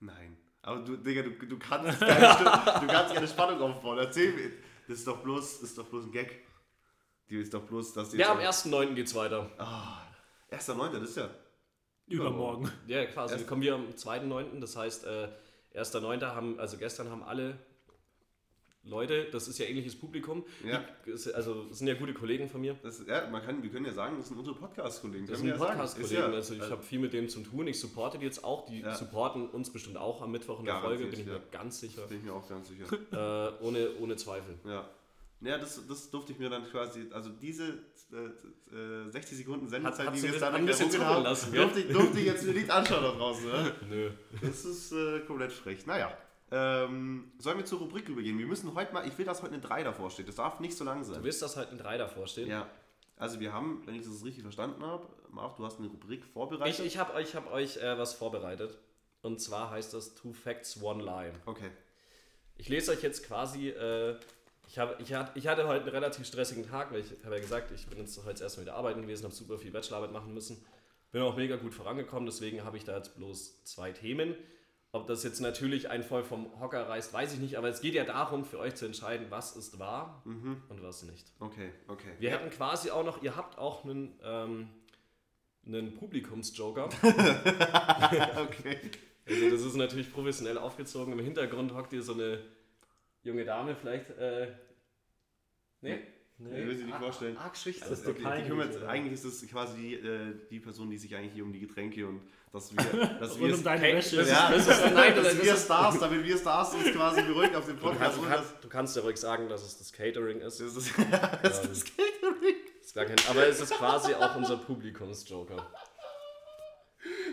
Speaker 2: Nein. Aber du, Digga, du, du, kannst, keine, Stimmung- du kannst keine Spannung aufbauen. Erzähl mir. Das ist doch bloß, das ist doch bloß ein Gag. Die ist doch bloß, dass die. Ah,
Speaker 3: Ja, am 1.9. geht's weiter.
Speaker 2: Erster Neunter, das ist ja.
Speaker 1: Übermorgen.
Speaker 3: Ja, quasi. Wir kommen hier am 2.9., das heißt, äh, 1.9. haben, also gestern haben alle Leute, das ist ja ähnliches Publikum,
Speaker 2: Ja.
Speaker 3: die- ist- also das sind ja gute Kollegen von mir.
Speaker 2: Das, ja, man kann, wir können ja sagen, das sind unsere Podcast-Kollegen. Können
Speaker 3: Das sind
Speaker 2: wir ja sagen.
Speaker 3: Podcast-Kollegen,
Speaker 2: Ist
Speaker 3: also ich habe viel mit denen zu tun. Ich supporte die jetzt auch, die
Speaker 2: Ja.
Speaker 3: supporten uns bestimmt auch am Mittwoch in der
Speaker 2: Garantiert,
Speaker 3: Folge, bin
Speaker 2: ja.
Speaker 3: ich mir ganz sicher.
Speaker 2: Bin ich mir auch ganz sicher.
Speaker 3: Äh, ohne, ohne Zweifel.
Speaker 2: ja. Naja, das, das durfte ich mir dann quasi, also diese äh, äh, 60 Sekunden Sendezeit,
Speaker 3: hat
Speaker 2: die
Speaker 3: sie
Speaker 2: wir jetzt
Speaker 3: das
Speaker 2: dann
Speaker 3: ein bisschen
Speaker 2: errungen
Speaker 3: zucken lassen, gell?
Speaker 2: durfte, ich, durfte ich jetzt mir nicht anschauen da draußen. Ne?
Speaker 3: Nö.
Speaker 2: Das ist äh, komplett frech. Naja. Ähm, sollen wir zur Rubrik übergehen? Wir müssen heute mal, ich will, dass heute eine 3 davor steht. Das darf nicht so lang
Speaker 3: Du
Speaker 2: sein.
Speaker 3: wirst das halt ein 3 davor stehen.
Speaker 2: Ja. Also wir haben, wenn ich das richtig verstanden habe, Marv, du hast eine Rubrik
Speaker 3: Ich,
Speaker 2: vorbereitet.
Speaker 3: ich habe euch, hab euch äh, was vorbereitet. Und zwar heißt das Two Facts, One Lie.
Speaker 2: okay.
Speaker 3: Ich lese euch jetzt quasi. Äh, ich, hab, ich, hat, ich hatte heute einen relativ stressigen Tag, weil ich habe ja gesagt, ich bin jetzt heute erstmal wieder arbeiten gewesen, habe super viel Bachelorarbeit machen müssen. Bin auch mega gut vorangekommen, deswegen habe ich da jetzt bloß zwei Themen. Ob das jetzt natürlich einen voll vom Hocker reißt, weiß ich nicht, aber es geht ja darum, für euch zu entscheiden, was ist wahr und was nicht.
Speaker 2: Okay, okay.
Speaker 3: Wir hätten quasi auch noch, ihr habt auch einen, ähm, einen Publikumsjoker.
Speaker 2: okay.
Speaker 3: Also das ist natürlich professionell aufgezogen. Im Hintergrund hockt hier so eine junge Dame vielleicht. Äh, nee?
Speaker 2: Nee, will sie nicht
Speaker 3: Arg-
Speaker 2: vorstellen. Also,
Speaker 3: Arg schüchtern.
Speaker 1: Das ist
Speaker 2: Okay,
Speaker 1: total
Speaker 2: die kümmert,
Speaker 1: nicht, oder?
Speaker 2: eigentlich ist es quasi die, äh, die Person, die sich eigentlich hier um die Getränke und dass wir, dass wir
Speaker 1: Rund um deine
Speaker 3: hey,
Speaker 1: Wäsche.
Speaker 3: das
Speaker 2: ja,
Speaker 3: ist- nein, das
Speaker 2: dass
Speaker 3: ist-
Speaker 2: wir Stars, damit wir Stars uns quasi beruhigen auf dem
Speaker 3: Du kannst,
Speaker 2: Podcast.
Speaker 3: du,
Speaker 2: ohne
Speaker 3: kannst, du kannst ja ruhig sagen, dass es das Catering ist.
Speaker 2: dass- das ist, das
Speaker 3: Ähm,
Speaker 2: ist Catering.
Speaker 3: ist gar kein, aber es ist quasi auch unser Publikumsjoker.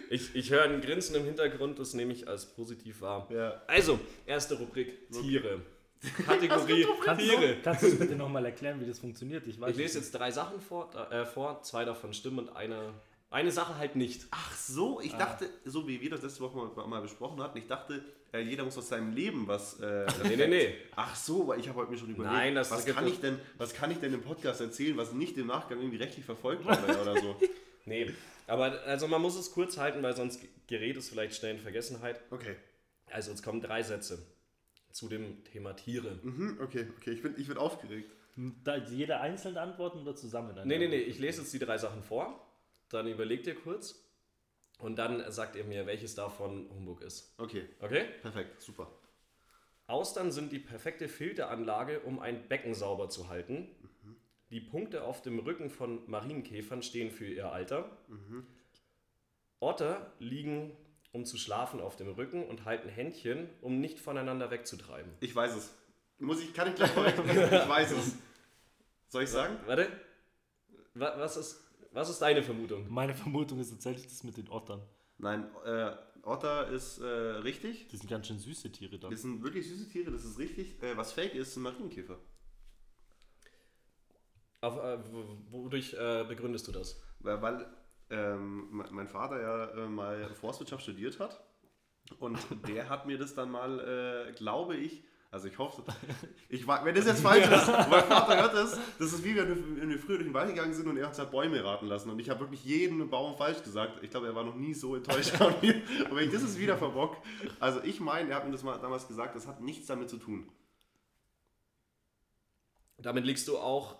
Speaker 3: Ich, ich höre ein Grinsen im Hintergrund, das nehme ich als positiv wahr.
Speaker 2: Ja.
Speaker 3: Also, erste Rubrik: Tiere. Kategorie
Speaker 1: Kannst
Speaker 3: Tiere.
Speaker 1: du, kannst du bitte nochmal erklären, wie das funktioniert? Ich weiß
Speaker 3: Ich lese jetzt drei Sachen vor, da- äh, vor zwei davon stimmen und eine, eine Sache halt nicht.
Speaker 2: Ach so,
Speaker 3: Ah.
Speaker 2: ich dachte, so wie wir das letzte Woche mal, mal besprochen hatten, ich dachte, äh, jeder muss aus seinem Leben was. Äh,
Speaker 3: Nee, nee, nee.
Speaker 2: Ach so, weil ich habe heute mir schon überlegt,
Speaker 3: Nein, das-
Speaker 2: was,
Speaker 3: das gibt
Speaker 2: kann
Speaker 3: es-
Speaker 2: ich denn, was kann ich denn im Podcast erzählen, was nicht im Nachgang irgendwie rechtlich verfolgt wurde oder so.
Speaker 3: Nee. Aber also man muss es kurz halten, weil sonst gerät es vielleicht schnell in Vergessenheit.
Speaker 2: Okay.
Speaker 3: Also es kommen drei Sätze zu dem Thema Tiere.
Speaker 2: Mhm, okay, okay, ich bin, ich bin aufgeregt.
Speaker 1: jetzt. Da, jeder einzeln antworten oder zusammen?
Speaker 3: Nee, nee, nee. Ich lese jetzt die drei Sachen vor. Dann überlegt ihr kurz. Und dann sagt ihr mir, welches davon Humbug ist.
Speaker 2: Okay,
Speaker 3: Okay?
Speaker 2: perfekt, super.
Speaker 3: Austern sind die perfekte Filteranlage, um ein Becken sauber zu halten. Die Punkte auf dem Rücken von Marienkäfern stehen für ihr Alter. Otter liegen, um zu schlafen, auf dem Rücken und halten Händchen, um nicht voneinander wegzutreiben.
Speaker 2: Ich weiß es. Muss ich, kann ich gleich vorweg? Ich weiß es. Soll ich sagen?
Speaker 3: Warte, Wa- was ist, was ist deine Vermutung?
Speaker 1: Meine Vermutung ist tatsächlich das mit den Ottern.
Speaker 2: Nein, äh, Otter ist äh, richtig.
Speaker 1: Die sind ganz schön süße Tiere dann.
Speaker 2: Das sind wirklich süße Tiere, das ist richtig. Äh, was fake ist, sind Marienkäfer.
Speaker 3: Auf, äh, w- wodurch äh, begründest du das?
Speaker 2: Weil, weil ähm, me- mein Vater ja äh, mal Forstwirtschaft studiert hat. Und der hat mir das dann mal, äh, glaube ich, Also ich hoffe, ich, wa- wenn das jetzt falsch ist, mein Vater hört das, das ist wie wenn wir, wenn wir früher durch den Wald gegangen sind und er hat uns halt Bäume raten lassen und ich habe wirklich jeden Baum falsch gesagt. Ich glaube, er war noch nie so enttäuscht von mir. Aber wenn ich das ist wieder verbock. Also ich meine, er hat mir das mal damals gesagt, das hat nichts damit zu tun.
Speaker 3: Damit liegst du auch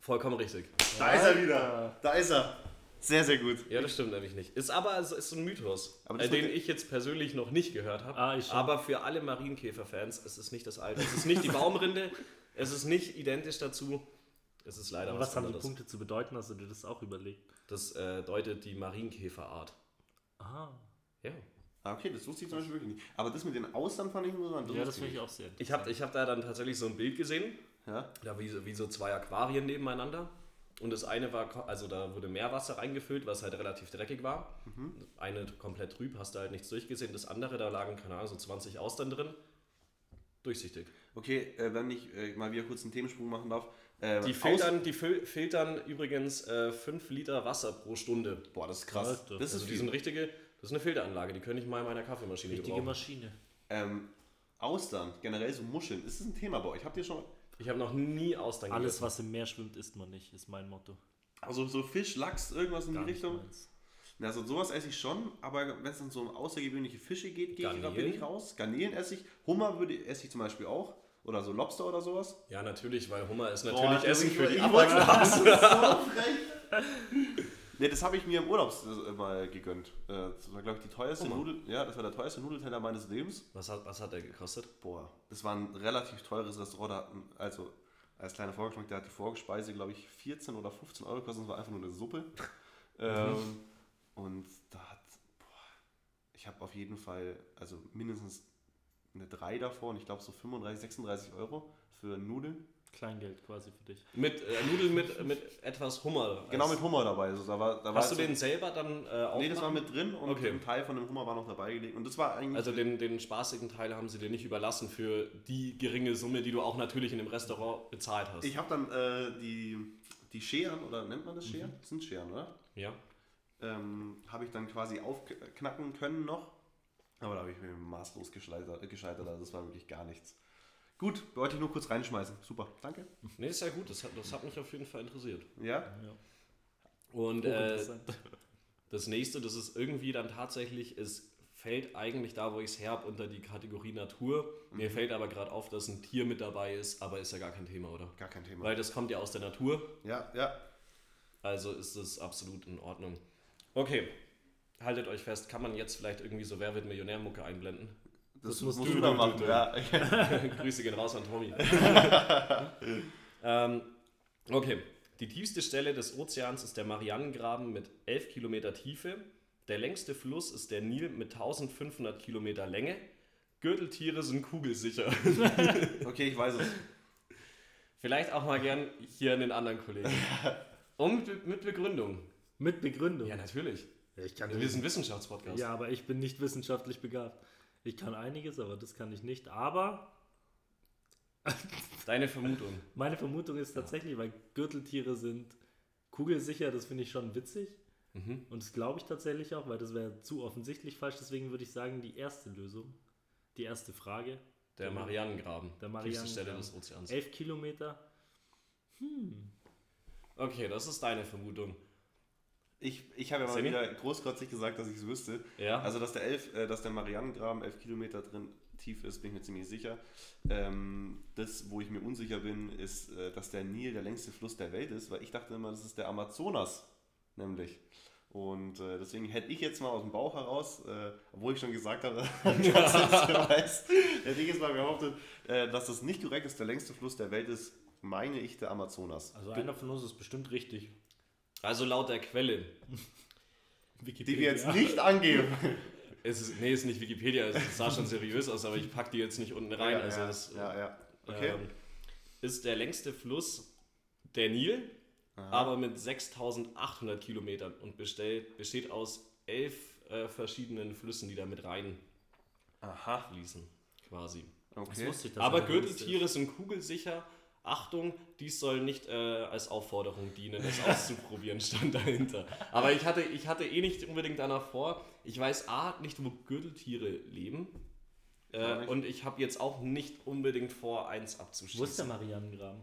Speaker 3: vollkommen richtig.
Speaker 2: Da ist er wieder. Da ist er. Sehr, sehr gut.
Speaker 3: Ja, das stimmt nämlich nicht. Ist aber es ist so ein Mythos,
Speaker 2: Aber
Speaker 3: äh,
Speaker 2: das
Speaker 3: den
Speaker 2: wird-
Speaker 3: ich jetzt persönlich noch nicht gehört habe.
Speaker 1: Ah, ich schon.
Speaker 3: aber für alle Marienkäfer-Fans, es ist nicht das Alter. Es ist nicht die Baumrinde, es ist nicht identisch dazu. Es ist leider
Speaker 1: Aber
Speaker 3: was,
Speaker 1: was haben die
Speaker 3: anderes.
Speaker 1: Punkte zu bedeuten? Hast du dir das auch überlegt?
Speaker 3: Das äh, deutet die Marienkäferart.
Speaker 1: Ah.
Speaker 3: Ja.
Speaker 2: Ah, okay, das wusste ich zum Beispiel wirklich nicht. Aber das mit den Austern fand ich interessant.
Speaker 1: Ja, das
Speaker 2: wusste
Speaker 1: finde ich auch sehr
Speaker 3: Ich habe ich hab da dann tatsächlich so ein Bild gesehen,
Speaker 2: Ja?
Speaker 3: da wie, so- wie so zwei Aquarien nebeneinander. Und das eine war, ko- also da wurde Meerwasser reingefüllt, was halt relativ dreckig war.
Speaker 2: Mhm.
Speaker 3: Eine komplett trüb, hast da halt nichts durchgesehen. Das andere, da lagen, keine Ahnung, so 20 Austern drin. Durchsichtig.
Speaker 2: Okay, äh, wenn ich äh, mal wieder kurz einen Themensprung machen darf. Äh,
Speaker 3: Die
Speaker 2: Aus-
Speaker 3: filtern, die fil filtern übrigens äh, 5 Liter Wasser pro Stunde.
Speaker 2: Boah, das ist krass.
Speaker 1: Alter,
Speaker 2: Das ist
Speaker 3: Also die
Speaker 2: viel.
Speaker 3: sind richtige, das ist eine Filteranlage, die könnte ich mal in meiner Kaffeemaschine
Speaker 1: Richtige
Speaker 3: gebrauchen.
Speaker 1: Maschine.
Speaker 2: Ähm, Austern, generell so Muscheln, ist das ein Thema bei euch? Habt ihr schon.
Speaker 3: Ich habe noch nie Austern
Speaker 1: Alles,
Speaker 3: gegessen.
Speaker 1: was im Meer schwimmt, isst man nicht, ist mein Motto.
Speaker 2: Also so Fisch, Lachs, irgendwas in
Speaker 1: Gar
Speaker 2: die
Speaker 1: nicht
Speaker 2: Richtung?
Speaker 1: meins.
Speaker 2: Na, so sowas esse ich schon, aber wenn es dann so um außergewöhnliche Fische geht, gehe ich, da bin
Speaker 3: Garnelen?
Speaker 2: ich raus. Garnelen esse ich. Hummer würde, esse ich zum Beispiel auch. Oder so Lobster oder sowas.
Speaker 3: Ja, natürlich, weil Hummer ist natürlich
Speaker 2: Boah, also
Speaker 3: Essen
Speaker 2: ich-
Speaker 3: für die
Speaker 2: ich wollte-
Speaker 3: Arbeiter.
Speaker 2: Das ist so frech. Ne, das habe ich mir im Urlaub äh, mal gegönnt. Äh, Das war, glaube ich, die teuerste
Speaker 3: Hummer.
Speaker 2: Nudel. Ja, das war der teuerste Nudelteller meines Lebens.
Speaker 3: Was hat, was hat der gekostet?
Speaker 2: Boah, das war ein relativ teures Restaurant. Da, hatten- also, als kleiner Vorgeschmack, da hat die Vorgespeise, glaube ich, 14 oder 15 Euro gekostet. Das war einfach nur eine Suppe.
Speaker 3: Mhm.
Speaker 2: ähm, und da hat, boah, ich habe auf jeden Fall, also mindestens eine 3 davon. Ich glaube, so 35, 36 Euro für Nudeln.
Speaker 1: Kleingeld quasi für dich.
Speaker 3: Mit äh, Nudeln mit, mit etwas Hummer.
Speaker 2: Genau,
Speaker 3: als-
Speaker 2: mit Hummer dabei. Also, da war, da war
Speaker 3: Hast du
Speaker 2: so-
Speaker 3: den selber dann äh, auch?
Speaker 2: Nee, das war mit drin und
Speaker 3: Okay.
Speaker 2: ein Teil von dem Hummer war noch dabei gelegt. Und das war eigentlich.
Speaker 3: Also den, den spaßigen Teil haben sie dir nicht überlassen für die geringe Summe, die du auch natürlich in dem Restaurant bezahlt hast.
Speaker 2: ich habe dann äh, die, die Scheren, oder nennt
Speaker 3: Mhm.
Speaker 2: man das Scheren? Das sind Scheren, oder?
Speaker 3: ja.
Speaker 2: ähm, habe ich dann quasi aufknacken können noch. Aber da habe ich mir maßlos gescheitert. äh, gescheitert. Also das war wirklich gar nichts. Gut, wollte ich nur kurz reinschmeißen. Super, danke.
Speaker 3: Nee, ist ja gut, das hat, das hat mich auf jeden Fall interessiert.
Speaker 2: Ja?
Speaker 3: Äh,
Speaker 1: Ja.
Speaker 2: Oh,
Speaker 3: Und äh,
Speaker 1: Hochinteressant.
Speaker 3: das nächste, das ist irgendwie dann tatsächlich, es fällt eigentlich da, wo ich es her hab, unter die Kategorie Natur. Mir
Speaker 2: Mhm.
Speaker 3: fällt aber gerade auf, dass ein Tier mit dabei ist, aber ist ja gar kein Thema, oder?
Speaker 2: Gar kein Thema.
Speaker 3: Weil das kommt ja aus der Natur.
Speaker 2: Ja, ja.
Speaker 3: Also ist es absolut in Ordnung. Okay, haltet euch fest, kann man jetzt vielleicht irgendwie so Wer wird Millionär-Mucke einblenden?
Speaker 2: Das,
Speaker 1: musst
Speaker 2: musst,
Speaker 1: du
Speaker 2: du dann
Speaker 1: dann
Speaker 2: machen. Ja.
Speaker 3: Grüße gehen raus an Tommy. ähm, okay, die tiefste Stelle des Ozeans ist der Marianengraben mit 11 Kilometer Tiefe. Der längste Fluss ist der Nil mit 1500 Kilometer Länge. Gürteltiere sind kugelsicher.
Speaker 2: Okay, ich weiß es.
Speaker 3: Vielleicht auch mal gern hier an den anderen Kollegen. Und mit, mit Begründung.
Speaker 1: Mit Begründung.
Speaker 3: Ja, natürlich.
Speaker 1: ich kann
Speaker 3: Wir sind Wissenschaftspodcast.
Speaker 1: Ja, aber ich bin nicht wissenschaftlich begabt. Ich kann einiges, aber das kann ich nicht. Aber
Speaker 3: Deine Vermutung.
Speaker 1: meine Vermutung ist tatsächlich, weil Gürteltiere sind kugelsicher, das finde ich schon witzig.
Speaker 3: Mhm.
Speaker 1: Und das glaube ich tatsächlich auch, weil das wäre zu offensichtlich falsch. Deswegen würde ich sagen, die erste Lösung, die erste Frage,
Speaker 3: Der Marianengraben.
Speaker 1: Der
Speaker 3: Tiefste Stelle
Speaker 1: Marianengraben.
Speaker 3: des Ozeans.
Speaker 1: 11 Kilometer.
Speaker 3: Okay, das ist deine Vermutung.
Speaker 2: Ich, ich habe ja mal
Speaker 3: Sammy?
Speaker 2: wieder großkotzig gesagt, dass ich es wüsste.
Speaker 3: Ja.
Speaker 2: Also, dass der, elf, äh, dass der Marianengraben elf Kilometer drin tief ist, bin ich mir ziemlich sicher. Ähm, das, wo ich mir unsicher bin, ist, äh, dass der Nil der längste Fluss der Welt ist, weil ich dachte immer, das ist der Amazonas, nämlich. Und äh, deswegen hätte ich jetzt mal aus dem Bauch heraus, äh, obwohl ich schon gesagt habe, dass ich es weiß, hätte ich jetzt mal behauptet, äh, dass das nicht korrekt ist, der längste Fluss der Welt ist, meine ich, der Amazonas.
Speaker 1: Also einer von uns ist bestimmt richtig.
Speaker 3: Also laut der Quelle.
Speaker 2: die wir jetzt nicht angeben.
Speaker 3: Es ist, nee, ist nicht Wikipedia, es sah schon seriös aus, aber ich packe die jetzt nicht unten rein.
Speaker 2: ja,
Speaker 3: also
Speaker 2: ja,
Speaker 3: das,
Speaker 2: ja, ja. Okay.
Speaker 3: ähm, ist der längste Fluss der Nil, aber mit 6800 Kilometern und bestellt, besteht aus elf äh, verschiedenen Flüssen, die da mit
Speaker 2: Aha.
Speaker 3: reinfließen, quasi.
Speaker 1: Das
Speaker 2: Okay.
Speaker 1: wusste ich, dass
Speaker 3: aber
Speaker 1: er der Jüngste ist.
Speaker 3: Gürteltiere sind kugelsicher. Achtung, dies soll nicht äh, als Aufforderung dienen, es auszuprobieren, stand dahinter. Aber ich hatte, ich hatte eh nicht unbedingt danach vor. Ich weiß A, nicht, wo Gürteltiere leben.
Speaker 2: Gar
Speaker 3: Äh,
Speaker 2: nicht.
Speaker 3: und ich habe jetzt auch nicht unbedingt vor, eins abzuschießen.
Speaker 1: Wo ist der Marianengraben?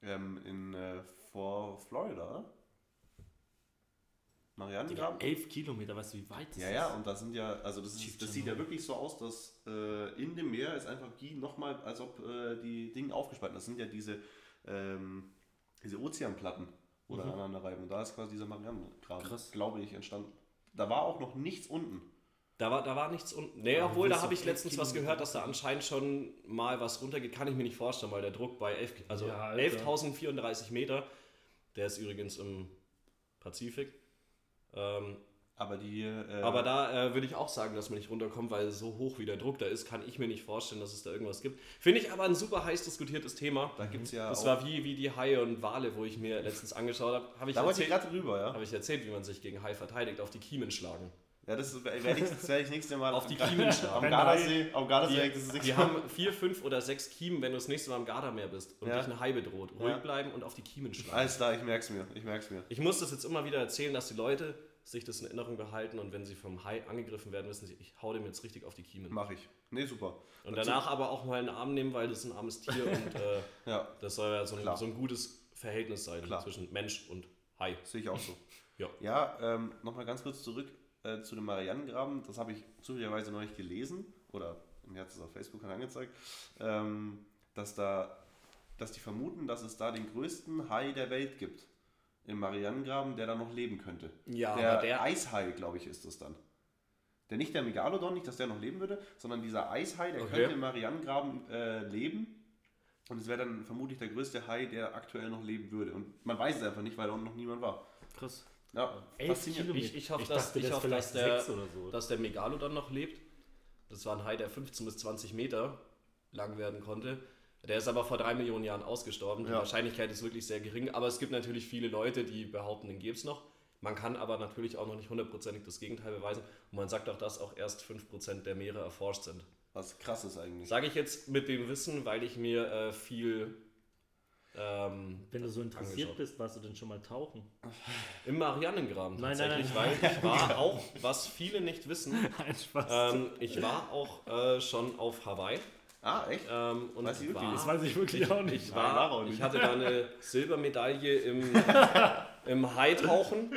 Speaker 2: Ähm, in äh, vor Florida.
Speaker 1: Digga,
Speaker 2: Marianengraben.
Speaker 1: elf Kilometer, weißt du, wie weit das
Speaker 2: Ja,
Speaker 1: ist?
Speaker 2: ja, und da sind ja, also das,
Speaker 1: Chief
Speaker 2: ist, das sieht ja wirklich so aus, dass äh, in dem Meer ist einfach wie nochmal, als ob äh, die Dinge aufgespalten Das sind ja diese, ähm, diese Ozeanplatten, wo da
Speaker 1: Mhm.
Speaker 2: aneinander reiben. Und da ist quasi dieser Marianengraben,
Speaker 1: Krass.
Speaker 2: glaube ich, entstanden. Da war auch noch nichts unten.
Speaker 3: Da war, da war nichts unten. Nee,
Speaker 1: Aber
Speaker 3: obwohl,
Speaker 1: wo
Speaker 3: da
Speaker 1: ist
Speaker 3: habe
Speaker 1: doch
Speaker 3: ich letztens was
Speaker 1: Kilometer?
Speaker 3: gehört, dass da anscheinend schon mal was runtergeht. Kann ich mir nicht vorstellen, weil der Druck bei 11, also
Speaker 1: Ja, Alter.
Speaker 3: 11.034 Meter, der ist übrigens im Pazifik. Ähm,
Speaker 2: Aber die. Äh,
Speaker 3: Aber da äh, würde ich auch sagen, dass man nicht runterkommt, weil so hoch wie der Druck da ist, kann ich mir nicht vorstellen, dass es da irgendwas gibt. Finde ich aber ein super heiß diskutiertes Thema.
Speaker 2: da gibt es ja.
Speaker 3: Das
Speaker 2: auch,
Speaker 3: war wie, wie die Haie und Wale, wo ich mir letztens angeschaut habe. Habe ich,
Speaker 2: da wollte ich
Speaker 3: erzählt-
Speaker 2: gerade drüber, ja.
Speaker 3: habe ich erzählt, wie man sich gegen Hai verteidigt, auf die Kiemen schlagen.
Speaker 2: Ja, das werde ich, das werd ich nächstes Mal.
Speaker 3: Auf die
Speaker 2: am-
Speaker 3: Kiemen schlagen.
Speaker 2: Am Gardasee, am Gardasee,
Speaker 3: Die,
Speaker 2: das ist nichts.
Speaker 3: die haben vier, fünf oder sechs Kiemen, wenn du das nächste Mal im Gardameer bist und
Speaker 2: Ja.
Speaker 3: dich ein Hai bedroht. Ruhig
Speaker 2: Ja.
Speaker 3: bleiben und auf die Kiemen schlagen.
Speaker 2: Alles klar, ich merk's mir, ich merk's mir.
Speaker 3: Ich muss das jetzt immer wieder erzählen, dass die Leute sich das in Erinnerung behalten und wenn sie vom Hai angegriffen werden, wissen sie, ich hau dem jetzt richtig auf die Kiemen.
Speaker 2: Mach ich. Nee, super.
Speaker 3: Und danach aber auch mal einen Arm nehmen, weil das ist ein armes Tier und äh,
Speaker 2: Ja,
Speaker 3: das soll ja so ein,
Speaker 2: Klar.
Speaker 3: so ein gutes Verhältnis sein
Speaker 2: Klar.
Speaker 3: zwischen Mensch und Hai.
Speaker 2: Sehe ich auch so.
Speaker 3: Ja.
Speaker 2: Ja, ähm, nochmal ganz kurz zurück äh, zu dem Marianengraben. Das habe ich zufälligerweise neulich gelesen oder mir hat es auf Facebook halt angezeigt, ähm, dass da, dass die vermuten, dass es da den größten Hai der Welt gibt. Im Marianengraben, der da noch leben könnte.
Speaker 3: Ja,
Speaker 2: der,
Speaker 3: aber der-
Speaker 2: Eishai, glaube ich, ist das dann. Der nicht der Megalodon, nicht, dass der noch leben würde, sondern dieser Eishai, der
Speaker 3: Okay.
Speaker 2: könnte im Marianengraben äh, leben. Und es wäre dann vermutlich der größte Hai, der aktuell noch leben würde. Und man weiß es einfach nicht, weil da noch niemand war.
Speaker 1: Krass.
Speaker 2: Ja,
Speaker 1: Elf
Speaker 2: faszinierend.
Speaker 1: Kilometer.
Speaker 3: Ich- ich hoffe, dass-
Speaker 1: dachte,
Speaker 3: ich
Speaker 1: das
Speaker 3: hoffe,
Speaker 1: vielleicht
Speaker 3: dass der-
Speaker 1: sechs oder so.
Speaker 3: Dass der Megalodon noch lebt, das war ein Hai, der 15 bis 20 Meter lang werden konnte. Der ist aber vor drei Millionen Jahren ausgestorben. Die
Speaker 2: Ja.
Speaker 3: Wahrscheinlichkeit ist wirklich sehr gering, aber es gibt natürlich viele Leute, die behaupten, den gäbe es noch. Man kann aber natürlich auch noch nicht hundertprozentig das Gegenteil beweisen. Und man sagt auch, dass auch erst 5% der Meere erforscht sind.
Speaker 2: Was krass ist eigentlich.
Speaker 3: Sage ich jetzt mit dem Wissen, weil ich mir äh, viel ähm,
Speaker 1: Wenn du so interessiert
Speaker 3: Angeschaut.
Speaker 1: bist, warst du denn schon mal tauchen?
Speaker 3: im Marianengraben
Speaker 1: Nein, nein,
Speaker 3: tatsächlich, weil ich war auch, was viele nicht wissen,
Speaker 1: Nein, Spaß.
Speaker 3: ähm, ich war auch äh, schon auf Hawaii.
Speaker 2: Ah, echt?
Speaker 3: Ähm, und
Speaker 2: Weiß ich wirklich
Speaker 3: war,
Speaker 2: nicht.
Speaker 1: das weiß ich wirklich auch nicht.
Speaker 3: ich,
Speaker 2: Nein, war auch
Speaker 3: war,
Speaker 2: nicht.
Speaker 3: ich hatte da eine Silbermedaille im, im Haitauchen.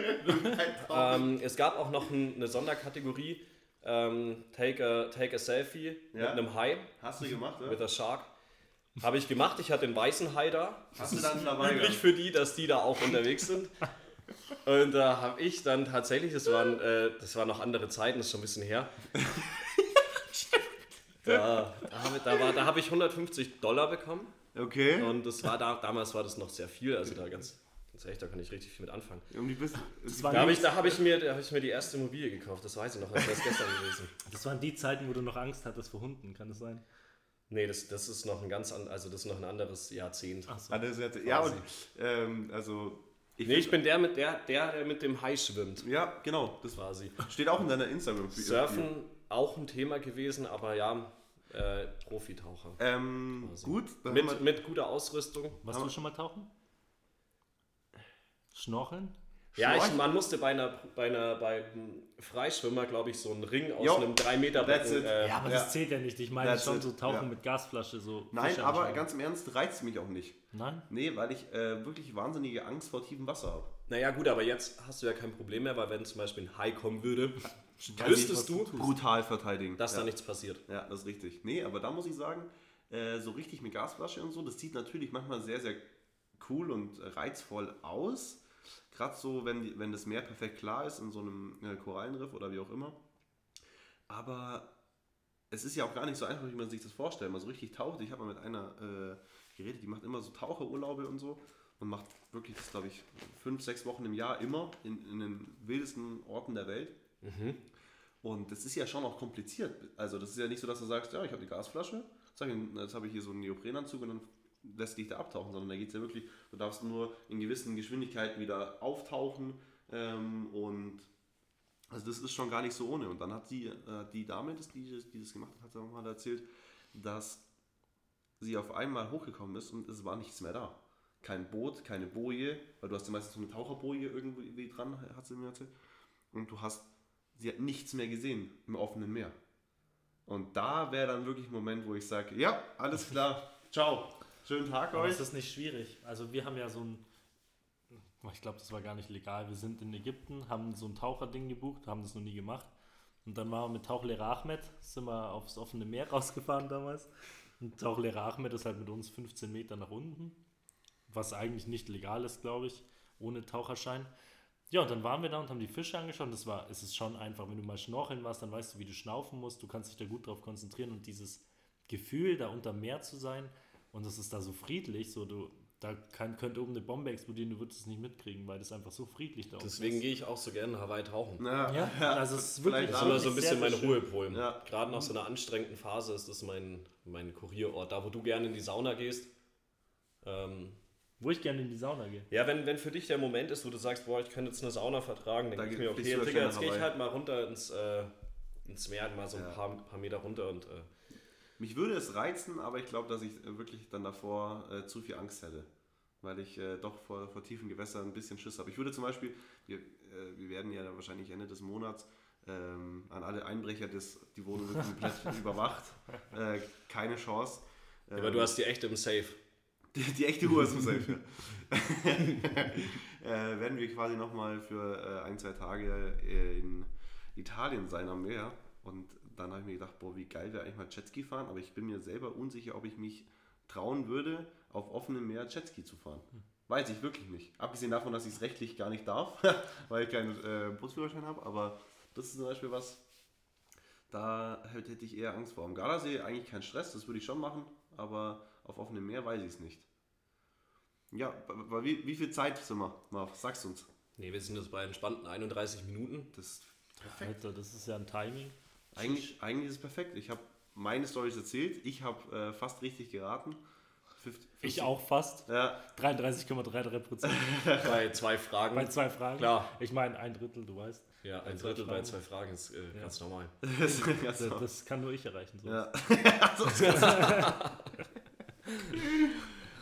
Speaker 3: Ähm, es gab auch noch ein, eine Sonderkategorie, ähm, take, a, take a Selfie mit
Speaker 2: Ja.
Speaker 3: einem Hai,
Speaker 2: Hast du gemacht,
Speaker 3: mit
Speaker 2: oder?
Speaker 3: a Shark. Habe ich gemacht, ich hatte den weißen Hai da.
Speaker 2: Hast du dann dabei
Speaker 3: üblich
Speaker 2: gehabt?
Speaker 3: für die, dass die da auch unterwegs sind. Und da habe ich dann tatsächlich, das waren, äh, das waren noch andere Zeiten, das ist schon ein bisschen her. Da, da habe da war- da hab ich 150 Dollar bekommen
Speaker 2: Okay.
Speaker 3: und das war da, damals war das noch sehr viel, also da ganz, ganz ehrlich, da kann ich richtig viel mit anfangen.
Speaker 2: Um die Bis
Speaker 1: Das waren,
Speaker 3: Da habe
Speaker 1: die,
Speaker 3: ich, da hab ich, mir- da hab ich mir die erste Immobilie gekauft, das weiß ich noch, das wäre gestern gewesen.
Speaker 1: das waren die Zeiten, wo du noch Angst hattest vor Hunden, kann das sein?
Speaker 3: Nee, das, das ist noch ein ganz an, also das ist noch ein anderes Jahrzehnt.
Speaker 1: Achso.
Speaker 2: Alles jetzt- ja, und ähm, also. Ich
Speaker 3: Nee, ich bin der mit der, der, der mit dem Hai schwimmt,
Speaker 2: Ja, genau. Das
Speaker 3: quasi.
Speaker 2: steht auch in deiner instagram
Speaker 3: Surfen auch ein Thema gewesen, aber ja, äh, Profitaucher.
Speaker 2: Ähm, gut. Dann haben
Speaker 3: Mit,
Speaker 2: wir-
Speaker 3: mit guter Ausrüstung.
Speaker 1: Warst du schon mal tauchen? Schnorcheln?
Speaker 3: Ja, ich,
Speaker 2: Schnorcheln?
Speaker 3: man musste bei einer, bei einer bei einem Freischwimmer, glaube ich, so einen Ring aus
Speaker 2: Jo,
Speaker 3: einem 3 meter
Speaker 2: that's it.
Speaker 3: becken äh,
Speaker 1: Ja, aber
Speaker 2: Ja.
Speaker 1: das zählt ja nicht. Ich meine
Speaker 2: That's
Speaker 1: schon
Speaker 2: it,
Speaker 1: so tauchen
Speaker 2: ja.
Speaker 1: mit Gasflasche, so.
Speaker 2: Nein,
Speaker 1: Fische
Speaker 2: aber
Speaker 1: anschauen.
Speaker 2: ganz im Ernst, reizt mich auch nicht.
Speaker 1: Nein?
Speaker 2: Nee, weil ich äh, wirklich wahnsinnige Angst vor tiefem Wasser habe.
Speaker 3: Naja, gut, aber jetzt hast du ja kein Problem mehr, weil wenn zum Beispiel ein Hai kommen würde,
Speaker 2: was
Speaker 3: wüsstest du,
Speaker 2: Brutal verteidigen.
Speaker 3: dass
Speaker 2: ja.
Speaker 3: da nichts passiert.
Speaker 2: Ja, das ist richtig. Nee, aber da muss ich sagen, äh, so richtig mit Gasflasche und so, das sieht natürlich manchmal sehr, sehr cool und reizvoll aus. Gerade so, wenn, die, wenn das Meer perfekt klar ist in so einem äh, Korallenriff oder wie auch immer. Aber es ist ja auch gar nicht so einfach, wie man sich das vorstellt. Man so richtig taucht. Ich habe mal mit einer äh, geredet, die macht immer so Taucherurlaube und so. Und macht wirklich, das glaube ich, fünf, sechs Wochen im Jahr immer in, in den wildesten Orten der Welt. Mhm. Und das ist ja schon auch kompliziert. Also das ist ja nicht so, dass du sagst, ja, ich habe eine Gasflasche, jetzt habe ich, jetzt hab ich hier so einen Neoprenanzug und dann lässt dich da abtauchen, sondern da geht es ja wirklich, du darfst nur in gewissen Geschwindigkeiten wieder auftauchen ähm, und also das ist schon gar nicht so ohne. Und dann hat die, äh, die Dame, das, die, das- die das gemacht hat, hat auch mal erzählt, dass sie auf einmal hochgekommen ist und es war nichts mehr da. Kein Boot, keine Boje, weil du hast ja meistens so eine Taucherboje irgendwie dran, hat sie mir erzählt. Und du hast, sie hat nichts mehr gesehen im offenen Meer. Und da wäre dann wirklich ein Moment, wo ich sage, ja, alles klar, ciao, schönen Tag
Speaker 1: Aber
Speaker 2: euch.
Speaker 1: es ist nicht schwierig. Also wir haben ja so ein, ich glaube, das war gar nicht legal. Wir sind in Ägypten, haben so ein Taucherding gebucht, haben das noch nie gemacht. Und dann waren wir mit Tauchlehrer Ahmed, sind wir aufs offene Meer rausgefahren damals. Und Tauchlehrer Ahmed ist halt mit uns 15 Meter nach unten, was eigentlich nicht legal ist, glaube ich, ohne Taucherschein. Ja, und dann waren wir da und haben die Fische angeschaut. Das war, es ist schon einfach, wenn du mal schnorcheln warst, dann weißt du, wie du schnaufen musst. Du kannst dich da gut drauf konzentrieren und dieses Gefühl, da unter dem Meer zu sein und es ist da so friedlich, so du, da kann, könnte oben eine Bombe explodieren, du würdest es nicht mitkriegen, weil das einfach so friedlich da oben
Speaker 3: Deswegen
Speaker 1: ist.
Speaker 3: gehe ich auch so gerne in Hawaii tauchen.
Speaker 2: Na,
Speaker 1: Ja, also es ist wirklich
Speaker 2: vielleicht
Speaker 1: Ja,
Speaker 3: Das ist
Speaker 2: auch.
Speaker 3: immer so ein
Speaker 1: sehr,
Speaker 3: bisschen
Speaker 1: sehr
Speaker 3: mein
Speaker 1: schön.
Speaker 3: Ruhepol.
Speaker 2: Ja.
Speaker 3: Gerade nach so einer anstrengenden Phase ist das mein, mein Kurierort. Da, wo du gerne in die Sauna gehst. Ähm,
Speaker 1: Wo ich gerne in die Sauna gehe.
Speaker 3: ja, wenn, wenn für dich der Moment ist, wo du sagst, boah, ich könnte jetzt eine Sauna vertragen, dann
Speaker 2: Da
Speaker 3: denke ich
Speaker 2: ge-
Speaker 3: mir,
Speaker 2: fliegst
Speaker 3: okay,
Speaker 2: du ja
Speaker 3: Digga,
Speaker 2: schon
Speaker 3: jetzt
Speaker 2: nach
Speaker 3: gehe ich
Speaker 2: Hawaii.
Speaker 3: halt mal runter ins, äh, ins Meer, halt mal so ein
Speaker 2: Ja.
Speaker 3: paar, paar Meter runter und äh,
Speaker 2: Mich würde es reizen, aber ich glaube, dass ich äh, wirklich dann davor äh, zu viel Angst hätte. Weil ich äh, doch vor, vor tiefen Gewässern ein bisschen Schiss habe. Ich würde zum Beispiel, wir, äh, wir werden ja dann wahrscheinlich Ende des Monats ähm, an alle Einbrecher, des, die Wohnung wird komplett überwacht. Äh, keine Chance. Ähm,
Speaker 3: Aber du hast die echt im Safe.
Speaker 2: die, die echte Uhr ist im Safe. äh, werden wir quasi nochmal für äh, ein, zwei Tage äh, in Italien sein am Meer. Und dann habe ich mir gedacht, boah, wie geil wäre eigentlich mal Jetski fahren. Aber ich bin mir selber unsicher, ob ich mich trauen würde, auf offenem Meer Jetski zu fahren. Weiß ich wirklich nicht. Abgesehen davon, dass ich es rechtlich gar nicht darf, weil ich keinen äh, Busführerschein habe. Aber das ist zum Beispiel was, da hätte hätte ich eher Angst vor. Am Gardasee eigentlich kein Stress, das würde ich schon machen, aber auf offenem Meer weiß ich es nicht. Ja, aber wie, wie viel Zeit sind wir? Marv, sag's uns.
Speaker 3: Nee, wir sind jetzt bei entspannten 31 Minuten.
Speaker 2: Das ist
Speaker 1: Alter, das ist ja ein Timing.
Speaker 2: eigentlich, eigentlich ist es perfekt. Ich habe meine Storys erzählt, ich habe äh, fast richtig geraten. 50,
Speaker 1: Ich auch fast.
Speaker 2: Ja,
Speaker 1: 33,33 Prozent
Speaker 3: bei zwei
Speaker 1: bei
Speaker 3: Fragen.
Speaker 1: zwei Fragen.
Speaker 3: Klar.
Speaker 1: Ich meine, ein Drittel, du weißt.
Speaker 3: Ja,
Speaker 1: Bei
Speaker 3: ein
Speaker 1: zwei
Speaker 3: Drittel bei
Speaker 1: Fragen.
Speaker 3: zwei Fragen ist äh, ganz normal.
Speaker 2: das ist ganz
Speaker 1: Das,
Speaker 2: normal.
Speaker 1: Also, das kann nur ich erreichen. So.
Speaker 2: Ja.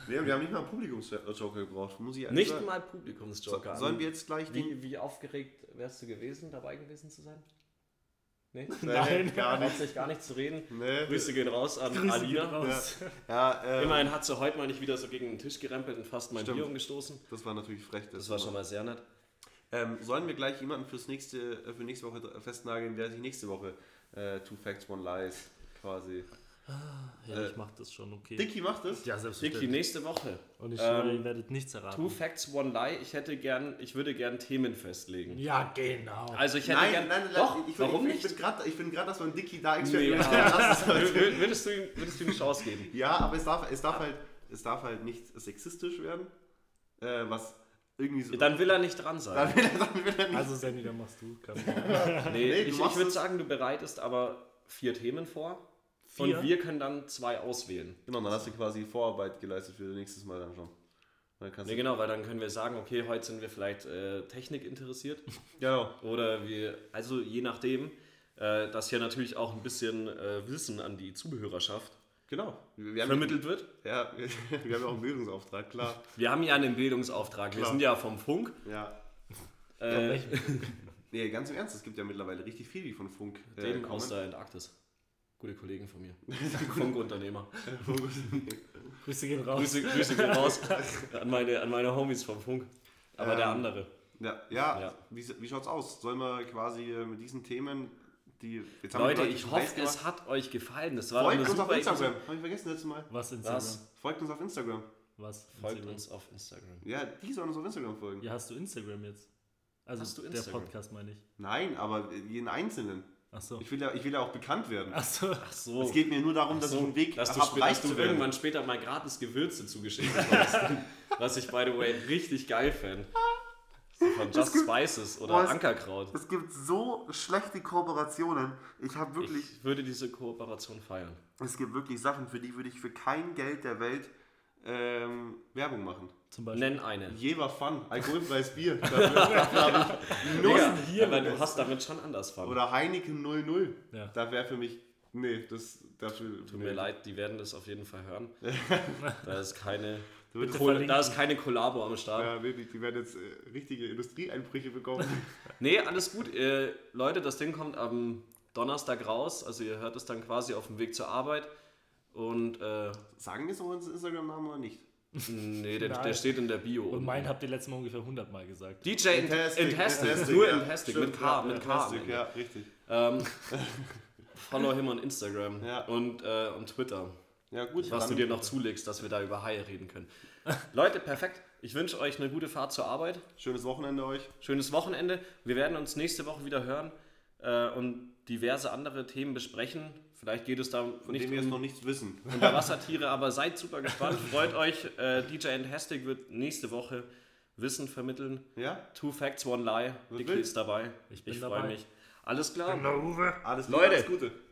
Speaker 2: nee, wir haben nicht mal einen Publikumsjoker gebraucht, muss ich ehrlich
Speaker 3: Nicht
Speaker 2: sagen.
Speaker 3: mal Publikumsjoker.
Speaker 2: also
Speaker 3: Also,
Speaker 2: So, sollen wir jetzt gleich den
Speaker 3: wie, wie aufgeregt wärst du gewesen, dabei gewesen zu sein? Nee?
Speaker 1: Nein.
Speaker 2: gar nicht.
Speaker 3: Hauptsächlich gar nicht zu reden.
Speaker 2: Nee.
Speaker 3: Grüße gehen raus an
Speaker 1: Grüße gehen
Speaker 3: Alina.
Speaker 1: raus.
Speaker 2: Ja, ähm,
Speaker 3: Immerhin hat sie heute mal nicht wieder so gegen den Tisch gerempelt und fast mein
Speaker 2: Stimmt.
Speaker 3: Bier umgestoßen.
Speaker 2: Das war natürlich frech.
Speaker 3: Das war schon mal sehr nett.
Speaker 2: Ähm, sollen wir gleich jemanden fürs nächste, äh, für nächste Woche festnageln, der sich nächste Woche äh, Two Facts, One Lies quasi.
Speaker 1: Ja,
Speaker 2: Äh,
Speaker 1: ich mach das schon, okay.
Speaker 2: Dicky macht es.
Speaker 1: Ja,
Speaker 3: Dicky,
Speaker 1: selbstverständlich.
Speaker 3: nächste Woche.
Speaker 1: Und ich schwöre, ihr
Speaker 3: ähm,
Speaker 1: werdet nichts erraten.
Speaker 3: Two Facts, One Lie. Ich hätte gern, ich würde gern Themen festlegen.
Speaker 1: Ja, genau.
Speaker 3: Also ich hätte
Speaker 2: Nein,
Speaker 3: gern.
Speaker 2: nein, nein,
Speaker 3: Doch,
Speaker 2: ich, ich,
Speaker 3: warum
Speaker 2: ich,
Speaker 3: nicht?
Speaker 2: Ich bin grad- ich bin gerade, dass man Dicky da
Speaker 3: Nee,
Speaker 2: experimentiert.
Speaker 3: ja. Wür- würdest, du ihm, würdest du ihm eine Chance geben?
Speaker 2: Ja, aber es darf, es darf, halt, es darf halt nicht sexistisch werden. Äh, was irgendwie so.
Speaker 3: Dann will er nicht dran sein.
Speaker 2: dann will er, dann will er nicht.
Speaker 1: Also, Sandy, dann machst du. Kann
Speaker 2: Nee,
Speaker 3: Nee,
Speaker 2: du
Speaker 3: ich, ich
Speaker 2: machst
Speaker 3: würde
Speaker 2: es-
Speaker 3: sagen, du bereitest aber vier Themen vor.
Speaker 1: Vier?
Speaker 3: Und wir können dann zwei auswählen.
Speaker 2: genau, dann hast du quasi Vorarbeit geleistet für nächstes Mal dann schon. Dann kannst
Speaker 3: Nee,
Speaker 2: du,
Speaker 3: genau, weil dann können wir sagen, okay, heute sind wir vielleicht äh, Technik interessiert.
Speaker 2: genau.
Speaker 3: Oder wir, also je nachdem, äh, dass hier natürlich auch ein bisschen äh, Wissen an die Zubehörerschaft
Speaker 2: Genau. Wir, wir haben,
Speaker 3: vermittelt wird.
Speaker 2: Ja, wir, wir haben ja auch einen Bildungsauftrag, klar.
Speaker 3: Wir haben ja einen Bildungsauftrag. Wir
Speaker 2: Klar.
Speaker 3: sind ja vom Funk.
Speaker 2: Ja.
Speaker 3: Äh,
Speaker 2: Nee, ganz im Ernst, es gibt ja mittlerweile richtig viel, die von Funk äh,
Speaker 3: Dem aus der Antarktis. Gute Kollegen von mir. Funkunternehmer.
Speaker 1: Grüße gehen raus.
Speaker 3: Grüße, Grüße gehen raus an meine, an meine Homies vom Funk. Aber der
Speaker 2: Ähm,
Speaker 3: andere.
Speaker 2: Ja, ja,
Speaker 3: Ja.
Speaker 2: Wie, wie schaut's aus? Sollen wir quasi äh, mit diesen Themen, die jetzt haben
Speaker 3: Leute,
Speaker 2: die
Speaker 3: ich
Speaker 2: schon heiß
Speaker 3: hoffe,
Speaker 2: gemacht.
Speaker 3: es hat euch gefallen. Das war
Speaker 2: Folgt
Speaker 3: eine
Speaker 2: uns auf
Speaker 3: super
Speaker 2: Instagram. Habe ich vergessen letztes Mal.
Speaker 1: Was Instagram?
Speaker 3: Was?
Speaker 2: Folgt uns auf Instagram.
Speaker 1: Was?
Speaker 3: Folgt
Speaker 1: Instagram?
Speaker 3: uns auf Instagram.
Speaker 2: Ja, die sollen uns auf Instagram folgen.
Speaker 1: Ja, hast du Instagram jetzt? Also,
Speaker 3: Hast du
Speaker 1: der
Speaker 3: Instagram?
Speaker 1: Podcast meine ich.
Speaker 2: Nein, aber jeden Einzelnen.
Speaker 1: Achso.
Speaker 2: Ich will ja, ich will ja auch bekannt werden.
Speaker 1: Achso.
Speaker 3: Ach so.
Speaker 2: Es geht mir nur darum, dass
Speaker 3: so,
Speaker 2: ich einen Weg
Speaker 3: dass du,
Speaker 2: hab,
Speaker 3: spä- dass du irgendwann später mal gratis Gewürze zugeschickt bekommst. was ich, by the way, richtig geil fände. So von Just Spices oder
Speaker 2: Boah, es-
Speaker 3: Ankerkraut.
Speaker 2: Es gibt so schlechte Kooperationen. Ich habe
Speaker 3: Ich würde diese Kooperation feiern.
Speaker 2: es gibt wirklich Sachen, für die würde ich für kein Geld der Welt ähm, Werbung machen.
Speaker 1: Zum Beispiel.
Speaker 3: Nenn eine.
Speaker 2: Jever Fun, alkoholfreies Bier. Dafür, dafür hab ich
Speaker 3: Digga,
Speaker 2: null.
Speaker 3: hier, aber du hast damit schon anders fangen.
Speaker 2: Oder Heineken 00.
Speaker 1: Ja.
Speaker 2: Da wäre für mich. Nee, das dafür.
Speaker 3: Tut mir leid, die werden das auf jeden Fall hören. da ist keine,
Speaker 2: würdest
Speaker 3: Kol-
Speaker 1: verlinken.
Speaker 3: da ist keine Kollabo am Start.
Speaker 2: Ja, wirklich, die werden jetzt äh, richtige Industrieeinbrüche bekommen.
Speaker 3: Nee, alles gut. Äh, Leute, das Ding kommt am Donnerstag raus. Also ihr hört es dann quasi auf dem Weg zur Arbeit. Und äh,
Speaker 2: Sagen wir es auch unseren Instagram-Namen oder nicht?
Speaker 3: nee, der,
Speaker 1: Nein.
Speaker 3: der steht in der Bio.
Speaker 1: Und
Speaker 3: unten.
Speaker 1: meinen habt ihr letztes Mal ungefähr 100 Mal gesagt.
Speaker 3: DJ Intastic, Intastic, nur Intastic, mit
Speaker 2: stimmt,
Speaker 3: K,
Speaker 2: ja,
Speaker 3: mit K. am
Speaker 2: Fantastic,
Speaker 3: Ende.
Speaker 2: ja, richtig.
Speaker 3: Ähm, follow him on Instagram
Speaker 2: Ja.
Speaker 3: und, äh, und Twitter,
Speaker 2: Ja, gut.
Speaker 3: was du
Speaker 2: dann-
Speaker 3: dir noch zulegst, dass wir da über Haie reden können. Leute, perfekt. Ich wünsche euch eine gute Fahrt zur Arbeit,
Speaker 2: Schönes Wochenende euch.
Speaker 3: schönes Wochenende. Wir werden uns nächste Woche wieder hören äh, und diverse andere Themen besprechen. Vielleicht geht es da
Speaker 2: Von
Speaker 3: nicht
Speaker 2: dem wir jetzt
Speaker 3: um
Speaker 2: noch nichts wissen.
Speaker 3: Unterwassertiere, aber seid super gespannt. Freut euch. Äh, DJ and Hastig wird nächste Woche Wissen vermitteln.
Speaker 2: Ja?
Speaker 3: Two Facts, One Lie.
Speaker 2: Wird
Speaker 3: Dicky
Speaker 2: wild.
Speaker 3: ist dabei.
Speaker 1: Ich bin
Speaker 3: Ich
Speaker 1: dabei.
Speaker 3: freue mich. Alles klar.
Speaker 2: Alles
Speaker 3: Leute.
Speaker 2: Alles Gute.